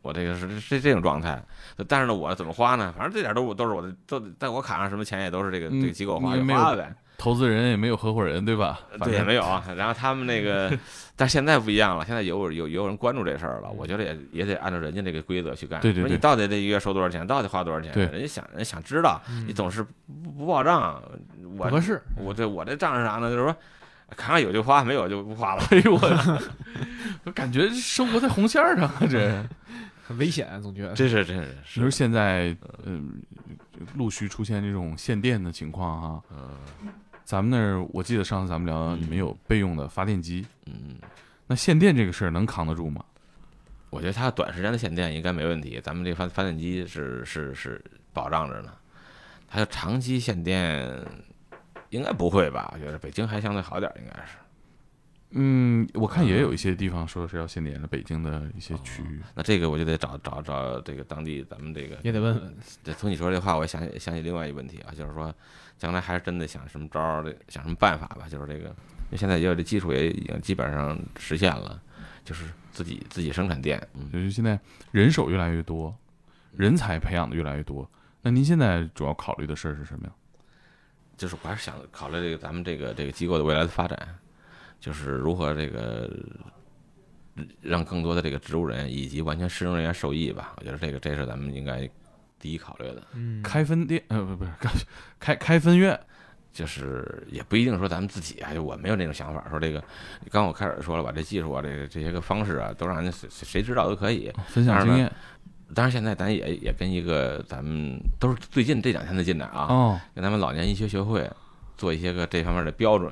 Speaker 2: 我这个是是这种状态。但是呢，我怎么花呢？反正这点都我都是我的，都在我卡上什么钱也都是这个
Speaker 1: 嗯
Speaker 2: 这个机构花
Speaker 1: 你
Speaker 2: 就
Speaker 1: 没有
Speaker 2: 花呗，
Speaker 1: 投资人也没有合伙人，对吧？反
Speaker 2: 对也
Speaker 1: 正
Speaker 2: 没
Speaker 1: [LAUGHS]
Speaker 2: 有啊。然后他们那个，但是现在不一样了，现在有有有人关注这事儿了，我觉得也也得按照人家这个规则去干。
Speaker 1: 对对
Speaker 2: 说你
Speaker 1: 对
Speaker 2: 到底这一个月收多少钱？到底花多少钱？
Speaker 1: 对
Speaker 2: 人家想人家想知道，
Speaker 3: 嗯
Speaker 2: 你总是不不报账，
Speaker 3: 不
Speaker 2: 我
Speaker 3: 合适，
Speaker 2: 我这我这账是啥呢？就是说，看看有就花，没有就不花了。
Speaker 1: 哎呦
Speaker 2: [LAUGHS]
Speaker 1: 我，我感觉生活在红线儿上啊！这
Speaker 2: [LAUGHS]
Speaker 3: 很危险啊，总觉得。
Speaker 2: 真是真
Speaker 1: 你
Speaker 2: 是
Speaker 1: 说
Speaker 2: 是，
Speaker 1: 现在嗯、陆续出现这种限电的情况哈、
Speaker 2: 嗯
Speaker 1: 咱们那儿我记得上次咱们聊，
Speaker 2: 嗯
Speaker 1: 你们有备用的发电机，
Speaker 2: 嗯。
Speaker 1: 那限电这个事儿能扛得住吗？
Speaker 2: 我觉得它短时间的限电应该没问题，咱们这发发电机是是是保障着呢。它要长期限电，应该不会吧？我觉得北京还相对好点儿，应该是。
Speaker 1: 嗯，我看也有
Speaker 2: 呃
Speaker 1: 一些地方说是要限电了，北京的一
Speaker 2: 哦
Speaker 1: 些区域。
Speaker 2: 那这个我就得找找找这个当地咱们这个。
Speaker 3: 也得问问，
Speaker 2: 对，从你说这话，我也想起想起另外一个问题啊，就是说，将来还是真得想什么招儿，想什么办法吧。就是这个，因为现在也有这技术也已经基本上实现了，就是自己自己生产电。嗯，
Speaker 1: 就是现在人手越来越多，人才培养的越来越多。那您现在主要考虑的事儿是什么呀？
Speaker 2: 嗯就是我还是想考虑这个咱们这个这个机构的未来的发展，就是如何这个嗯让更多的这个植物人以及完全失能人员受益吧。我觉得这个这是咱们应该第一考虑的，
Speaker 3: 嗯，
Speaker 1: 开分店，呃，不不是开开分院，
Speaker 2: 就是也不一定说咱们自己啊，就我没有那种想法，说这个刚我开始说了，把这技术啊，这个这些个方式啊，都让人家谁谁谁知道都可以。
Speaker 1: 分享经验
Speaker 2: 当然现在咱也也跟一个咱们都是最近这两天才进来啊，
Speaker 1: 哦，
Speaker 2: 跟咱们老年医学学会做一些个这方面的标准，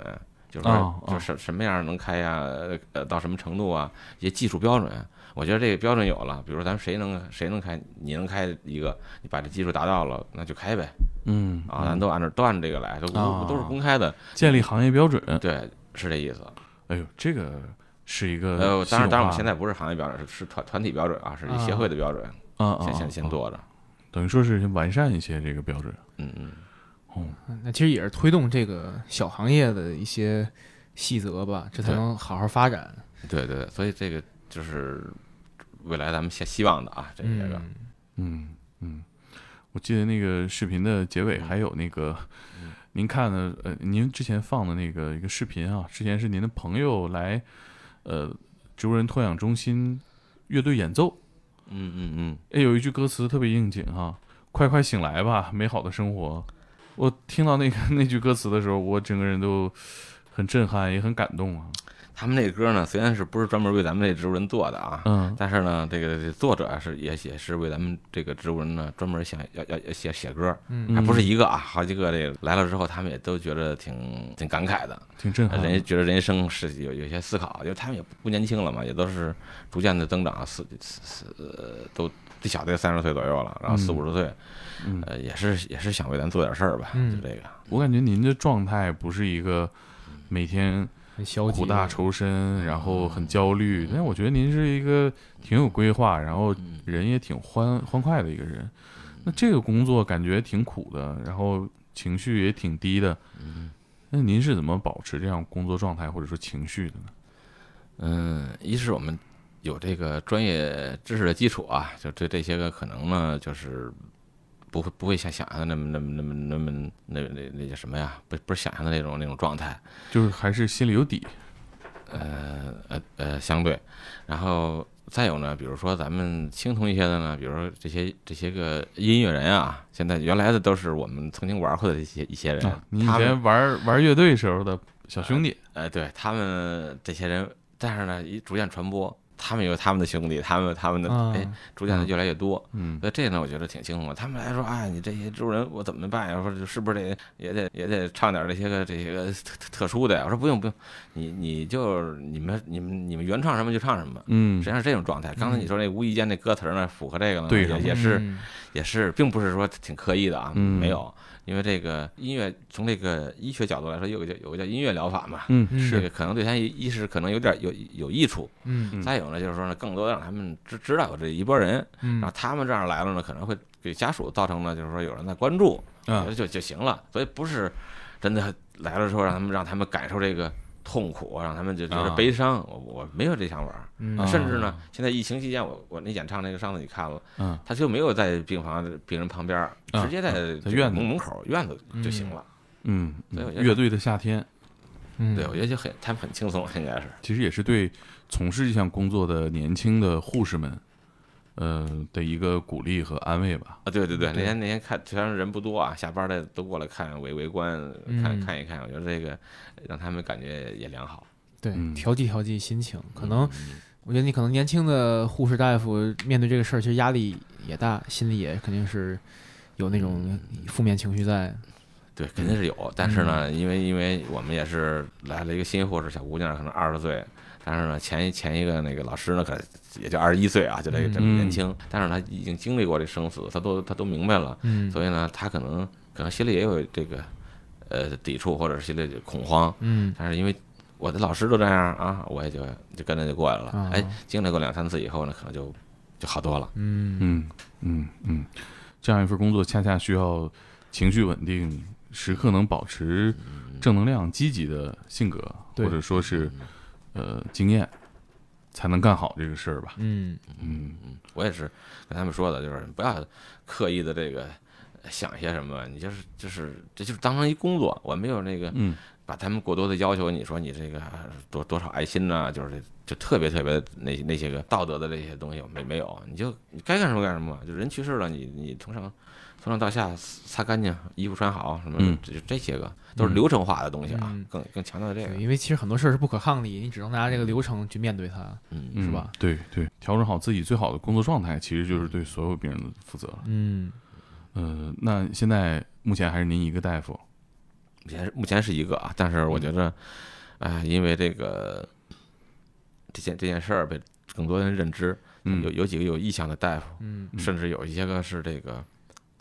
Speaker 2: 就是
Speaker 1: 哦
Speaker 2: 说
Speaker 1: 哦
Speaker 2: 就是什么样能开呀，呃呃，到什么程度啊，一些技术标准。我觉得这个标准有了，比如说咱们谁能谁能开，你能开一个，你把这技术达到了，那就开呗
Speaker 1: 嗯
Speaker 2: 啊，
Speaker 1: 嗯
Speaker 2: 咱都按照都按这个来，都
Speaker 1: 哦
Speaker 2: 都都是公开的，
Speaker 1: 建立行业标准。
Speaker 2: 对，是这意思。
Speaker 1: 哎呦，这个是一个
Speaker 2: 呃，当然，
Speaker 1: 系统
Speaker 2: 当然，我
Speaker 1: 化
Speaker 2: 现在不是行业标准，是是团团体标准啊，是一协会的标准，
Speaker 1: 啊啊，啊
Speaker 2: 先先先，
Speaker 1: 啊
Speaker 2: 做着，
Speaker 1: 等于说是先完善一些这个标准。
Speaker 2: 嗯嗯。
Speaker 3: 嗯那其实也是推动这个小行业的一些细则吧，这才
Speaker 2: 对
Speaker 3: 能好好发展。
Speaker 2: 对对，对，所以这个就是未来咱们希希望的啊，这些个
Speaker 3: 嗯，
Speaker 1: 嗯嗯，我记得那个视频的结
Speaker 2: 嗯
Speaker 1: 尾还有那个，您看的呃，您之前放的那个一个视频啊，之前是您的朋友来呃植物人托养中心乐队演奏，
Speaker 2: 嗯嗯嗯，
Speaker 1: 哎，有一句歌词特别应景哈、快快醒来吧，美好的生活。我听到那个 [LAUGHS] 那句歌词的时候，我整个人都很震撼，也很感动啊。
Speaker 2: 他们那歌呢，虽然是不是专门为咱们这植物人做的啊，
Speaker 1: 嗯
Speaker 2: 但是呢，这个这作者啊是也也是为咱们这个植物人呢专门想要要要写写歌，
Speaker 3: 嗯
Speaker 2: 还不是一个啊，好几个这个来了之后，他们也都觉得挺挺感慨的，
Speaker 1: 挺震撼
Speaker 2: 呃人家
Speaker 1: 的。
Speaker 2: 觉得人生是有有些思考，因为他们也不年轻了嘛，也都是逐渐的增长，四四四都最小的也三十岁左右了，然后四
Speaker 1: 嗯
Speaker 2: 五十岁，
Speaker 1: 嗯
Speaker 2: 呃，也是也是想为咱做点事儿吧，
Speaker 3: 嗯
Speaker 2: 就这个，
Speaker 1: 我感觉您的状态不是一个每天
Speaker 3: 很消极，
Speaker 1: 苦大仇深，然后很焦虑，但我觉得您是一个挺有规划，然后
Speaker 2: 嗯
Speaker 1: 人也挺欢欢快的一个人。那这个工作感觉挺苦的，然后情绪也挺低的。
Speaker 2: 嗯
Speaker 1: 那您是怎么保持这样工作状态或者说情绪的呢？
Speaker 2: 嗯，一是我们有这个专业知识的基础啊，就对这些个可能呢，就是不会不会像想象的那么那么那么那么那那那叫什么呀？不不是想象的那种那种状态，
Speaker 1: 就是还是心里有底。
Speaker 2: 呃呃呃，相对，然后再有呢，比如说咱们青铜一些的呢，比如说这些这些个音乐人啊，现在原来的都是我们曾经玩过的一些一些人，
Speaker 1: 啊，你以
Speaker 2: 他们
Speaker 1: 前玩玩乐队时候的小兄弟，
Speaker 2: 呃，对他们这些人，但是呢，一逐渐传播，他们有他们的兄弟，他们他们的
Speaker 3: 啊
Speaker 2: 哎，逐渐的越来越多。
Speaker 1: 嗯，
Speaker 2: 所以这呢，我觉得挺轻松的。他们来说，哎，你这些周人我怎么办呀？我说是不是得也得也得唱点这些个这些个特特特殊的呀？我说不用不用，你你就你们你们你们原唱什么就唱什么。
Speaker 1: 嗯
Speaker 2: 实际，上是这种状态。刚才你说那无意间那歌词儿呢，符合这个呢，
Speaker 1: 对
Speaker 2: 也
Speaker 1: 上了
Speaker 2: 也是
Speaker 3: 嗯
Speaker 2: 也是，并不是说挺刻意的啊，
Speaker 1: 嗯
Speaker 2: 没有，因为这个音乐从这个医学角度来说，有个叫有个叫音乐疗法嘛，
Speaker 1: 嗯
Speaker 3: 嗯
Speaker 2: 这
Speaker 1: 是
Speaker 2: 个可能对他一一是可能有点有有益处，
Speaker 3: 嗯
Speaker 1: 嗯
Speaker 2: 再有呢就是说呢，更多地让他们知知道有这一波人，
Speaker 3: 嗯
Speaker 2: 然后他们这样来了呢，可能会给家属造成呢，就是说有人在关注，觉
Speaker 1: 啊
Speaker 2: 得就就行了，所以不是真的来了之后让他们让他们感受这个痛苦，让他们就觉得
Speaker 1: 啊
Speaker 2: 悲伤，我我没有这想法儿。
Speaker 3: 嗯
Speaker 1: 啊
Speaker 2: 甚至呢，现在疫情期间，我我那演唱那个上次你看了，
Speaker 1: 嗯，
Speaker 2: 他就没有在病房病人旁边儿，
Speaker 1: 啊
Speaker 2: 直接在
Speaker 1: 在院子
Speaker 2: 门门口院子就行了。
Speaker 1: 嗯，
Speaker 2: 所以我
Speaker 1: 嗯
Speaker 2: 觉得
Speaker 1: 乐队的夏天
Speaker 3: 嗯
Speaker 2: 对，我觉得就很他们很轻松，应该是。
Speaker 1: 其实也是对从事这项工作的年轻的护士们，呃的一个鼓励和安慰吧。
Speaker 2: 啊，对对对，那
Speaker 1: 对
Speaker 2: 天那天看，虽然人不多啊，下班的都过来看围围观，看
Speaker 3: 嗯
Speaker 2: 看一看，我觉得这个让他们感觉也良好。
Speaker 3: 对，
Speaker 1: 嗯
Speaker 3: 调剂调剂心情，可能我觉得你可能年轻的护士大夫面对这个事儿，其实压力也大，心里也肯定是有那种负面情绪在。
Speaker 2: 对，肯定是有，但是呢，
Speaker 3: 嗯
Speaker 2: 因为因为我们也是来了一个新护士小姑娘，可能二十岁，但是呢，前一前一个那个老师呢，可也就二十一岁啊，就这个这么
Speaker 1: 嗯
Speaker 2: 年轻，但是他已经经历过这生死，他都他都明白了，
Speaker 3: 嗯
Speaker 2: 所以呢，他可能可能心里也有这个呃抵触，或者是心里恐慌，
Speaker 3: 嗯
Speaker 2: 但是因为我的老师都这样啊，我也就就跟着就过来了
Speaker 3: 啊。
Speaker 2: 哎，经历过两三次以后呢，可能就就好多了。
Speaker 3: 嗯
Speaker 1: 嗯嗯嗯，这样一份工作恰恰需要情绪稳定，时刻能保持正能量、积极的性格，
Speaker 3: 对
Speaker 1: 或者说是呃经验，才能干好这个事儿吧。
Speaker 3: 嗯
Speaker 1: 嗯
Speaker 2: 我也是跟他们说的，就是不要刻意的这个想些什么，你就是就是这就是当成一工作，我没有那个
Speaker 1: 嗯
Speaker 2: 把他们过多的要求，你说你这个啊多多少爱心呐、就是这就特别特别的那那些个道德的这些东西没没有，你就你该干什么干什么，就人去世了，你你从上从上到下擦干净，衣服穿好，什么
Speaker 1: 嗯
Speaker 2: 这这些个都是流程化的东西啊，
Speaker 3: 嗯
Speaker 2: 更更强调这个
Speaker 3: 对，，因为其实很多事儿是不可抗力，你只能拿这个流程去面对它。
Speaker 2: 嗯，
Speaker 1: 嗯
Speaker 3: 是吧？
Speaker 1: 对对，调整好自己最好的工作状态，其实就是对所有病人的负责了。
Speaker 3: 嗯
Speaker 1: 呃，那现在目前还是您一个大夫，
Speaker 2: 目前是目前是一个啊，但是我觉
Speaker 1: 嗯
Speaker 2: 得，哎，因为这个这件这件事儿被更多人认知，
Speaker 1: 嗯
Speaker 2: 有有几个有意向的大夫，
Speaker 3: 嗯
Speaker 1: 嗯
Speaker 2: 甚至有一些个是这个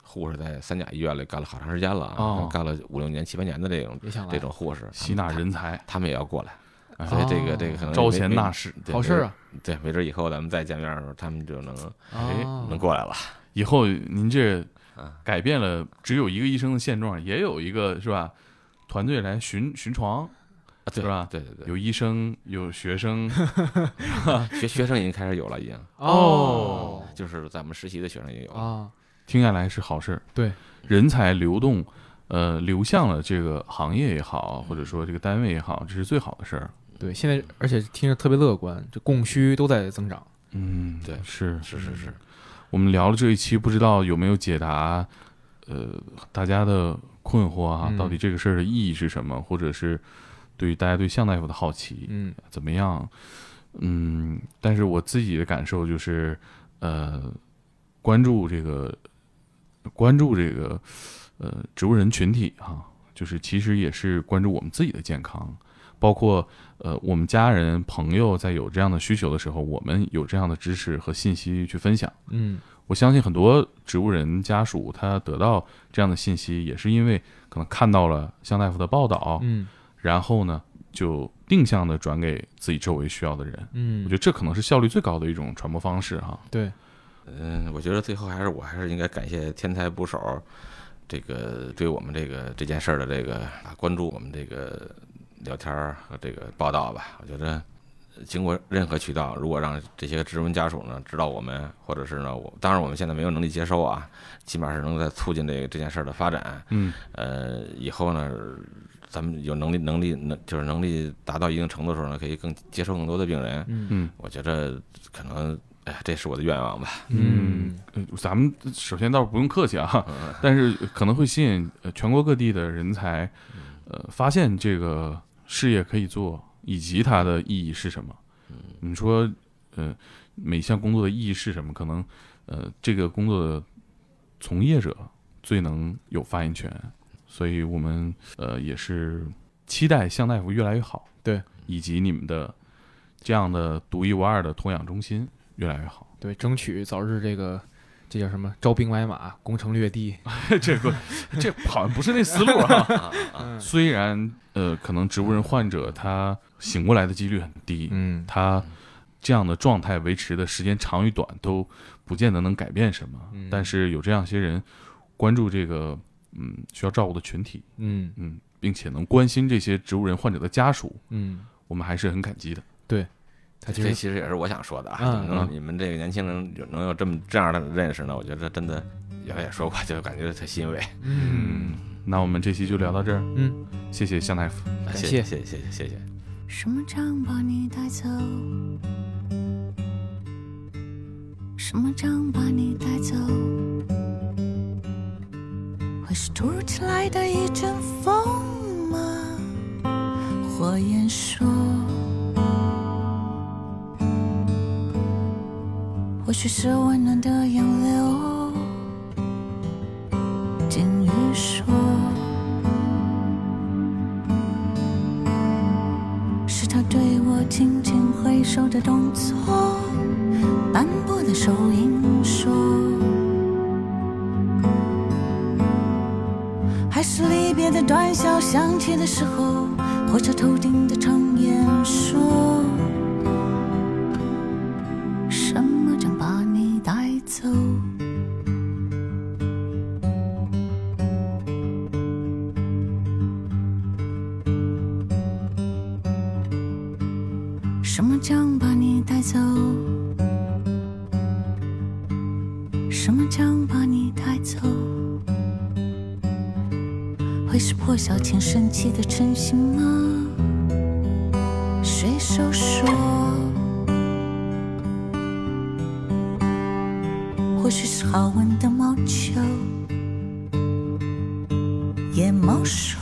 Speaker 2: 护士在三甲医院里干了好长时间了啊，
Speaker 1: 哦
Speaker 2: 干了五六年、七八年的这种
Speaker 3: 也想来
Speaker 2: 这种护士，
Speaker 1: 吸纳
Speaker 2: 他们，
Speaker 1: 人才，
Speaker 2: 他们也要过来，
Speaker 1: 哎
Speaker 2: 所以这个
Speaker 3: 哦
Speaker 2: 这个可能
Speaker 1: 招
Speaker 2: 没
Speaker 1: 贤纳，士。
Speaker 2: 没对
Speaker 3: 好事儿啊！
Speaker 2: 没对，没准以后咱们再见面的时候，他们就能
Speaker 1: 哎
Speaker 3: 哦
Speaker 2: 能过来了。
Speaker 1: 以后您这
Speaker 2: 啊
Speaker 1: 改变了只有一个医生的现状，也有一个是吧？团队来巡巡床，
Speaker 2: 啊对
Speaker 1: 是吧
Speaker 2: 对对对，
Speaker 1: 有医生，有学生， [LAUGHS]
Speaker 2: 学学生已经开始有了，已经
Speaker 3: 哦
Speaker 2: 就是在我们实习的学生也有
Speaker 1: 哦
Speaker 2: 了。
Speaker 3: 啊，
Speaker 1: 听下来是好事儿。
Speaker 3: 对，
Speaker 1: 人才流动，呃，流向了这个行业也好，或者说这个单位也好，这是最好的事儿。
Speaker 3: 对，现在而且听着特别乐观，这供需都在增长。
Speaker 1: 嗯，
Speaker 2: 对
Speaker 1: 是
Speaker 2: 是是是，
Speaker 1: 我们聊了这一期，不知道有没有解答，呃，大家的困惑啊，
Speaker 3: 嗯
Speaker 1: 到底这个事儿的意义是什么，或者是对于大家对向大夫的好奇
Speaker 3: 嗯
Speaker 1: 怎么样？嗯，但是我自己的感受就是，呃，关注这个，关注这个，呃，植物人群体哈、就是其实也是关注我们自己的健康，包括呃我们家人朋友在有这样的需求的时候，我们有这样的知识和信息去分享。
Speaker 3: 嗯
Speaker 1: 我相信很多植物人家属他得到这样的信息，也是因为可能看到了向大夫的报道，
Speaker 3: 嗯
Speaker 1: 然后呢就定向的转给自己周围需要的人。我
Speaker 3: 嗯
Speaker 1: 觉，得这可能是效率最高的一种传播方式哈。
Speaker 3: 对，
Speaker 2: 嗯，我觉得最后还是我还是应该感谢天才捕手，这个对我们这个这件事儿的这个啊关注，我们这个聊天儿和这个报道吧。我觉得呃经过任何渠道，如果让这些职文家属呢知道我们，或者是呢我，当然我们现在没有能力接收啊，起码是能在促进这个这件事儿的发展。
Speaker 1: 嗯，
Speaker 2: 呃，以后呢，咱们有能力能力能就是能力达到一定程度的时候呢，可以更接受更多的病人。
Speaker 3: 嗯
Speaker 1: 嗯
Speaker 2: 我觉得可能，哎呀，这是我的愿望吧。
Speaker 1: 嗯，呃咱们首先倒是不用客气啊， [LAUGHS] 但是可能会吸引呃全国各地的人才，呃，发现这个事业可以做，以及它的意义是什么。你说，呃，每项工作的意义是什么？可能，呃，这个工作的从业者最能有发言权，所以我们呃也是期待向大夫越来越好，
Speaker 3: 对，
Speaker 1: 以及你们的这样的独一无二的托养中心越来越好。
Speaker 3: 对，争取早日这个这叫什么招兵买马，攻城略地。
Speaker 1: 这个这好像不是那思路啊。
Speaker 3: 嗯
Speaker 1: 虽然呃，可能植物人患者他醒过来的几率很低，
Speaker 3: 嗯
Speaker 1: 他这样的状态维持的时间长与短都不见得能改变什么。
Speaker 3: 嗯
Speaker 1: 但是有这样些人关注这个嗯需要照顾的群体，
Speaker 3: 嗯
Speaker 1: 嗯，并且能关心这些植物人患者的家属，
Speaker 3: 嗯，
Speaker 1: 我们还是很感激的。
Speaker 3: 他其
Speaker 2: 这
Speaker 3: 实
Speaker 2: 其实也是我想说的啊，
Speaker 3: 嗯
Speaker 2: 能
Speaker 1: 嗯
Speaker 2: 你们这个年轻人有能有这么这样的认识呢，我觉得真的，原来也说过，就感觉特欣慰。
Speaker 1: 嗯，那我们这期就聊到这儿。
Speaker 3: 嗯，
Speaker 1: 谢谢向大夫。
Speaker 2: 谢
Speaker 3: 谢
Speaker 2: 谢谢谢谢谢。
Speaker 4: 什么杖把你带走？什么杖把你带走？会是突如其来的一阵风吗？火焰说，或许是温暖的洋流。鲸鱼说。是他对我轻轻挥手的动作，斑驳的手印说，还是离别的短笑响起的时候，火车头顶的长烟说，什么将把你带走？什么将把你带走？什么将把你带走？会是破晓前升起的晨曦吗？水手说，或许是好闻的毛球。野猫说。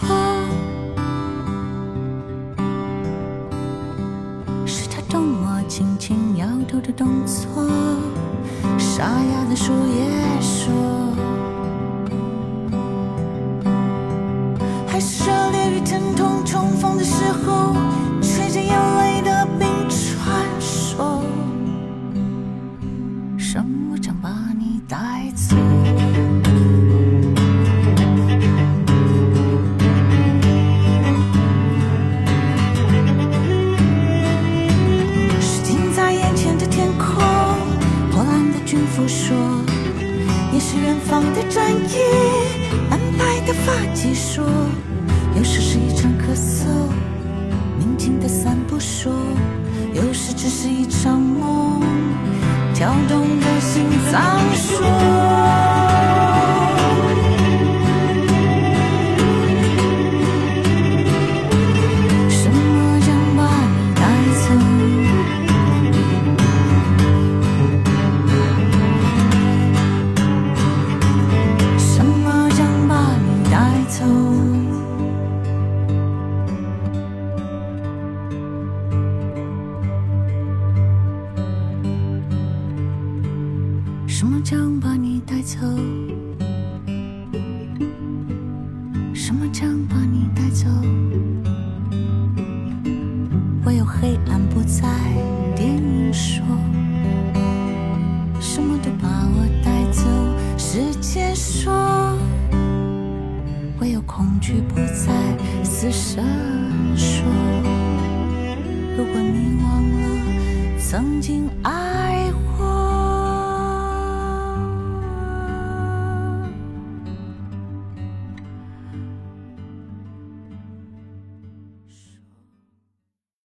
Speaker 4: 是他动我轻轻摇头的动作，沙哑的树叶说，还是热烈与疼痛重逢的时候，吹着眼泪的冰川说，什么将把你带走？是近在眼前的天空，破烂的军服说，也是远方的战衣，斑白的发髻说，有时是一场咳嗽，宁静的散步说，有时只是一场梦，跳动的心脏说。什么将把你带走？走。什么将把你带走？唯有黑暗不在。电影说，什么都把我带走。世界说，唯有恐惧不在。死神说，如果你忘了曾经爱。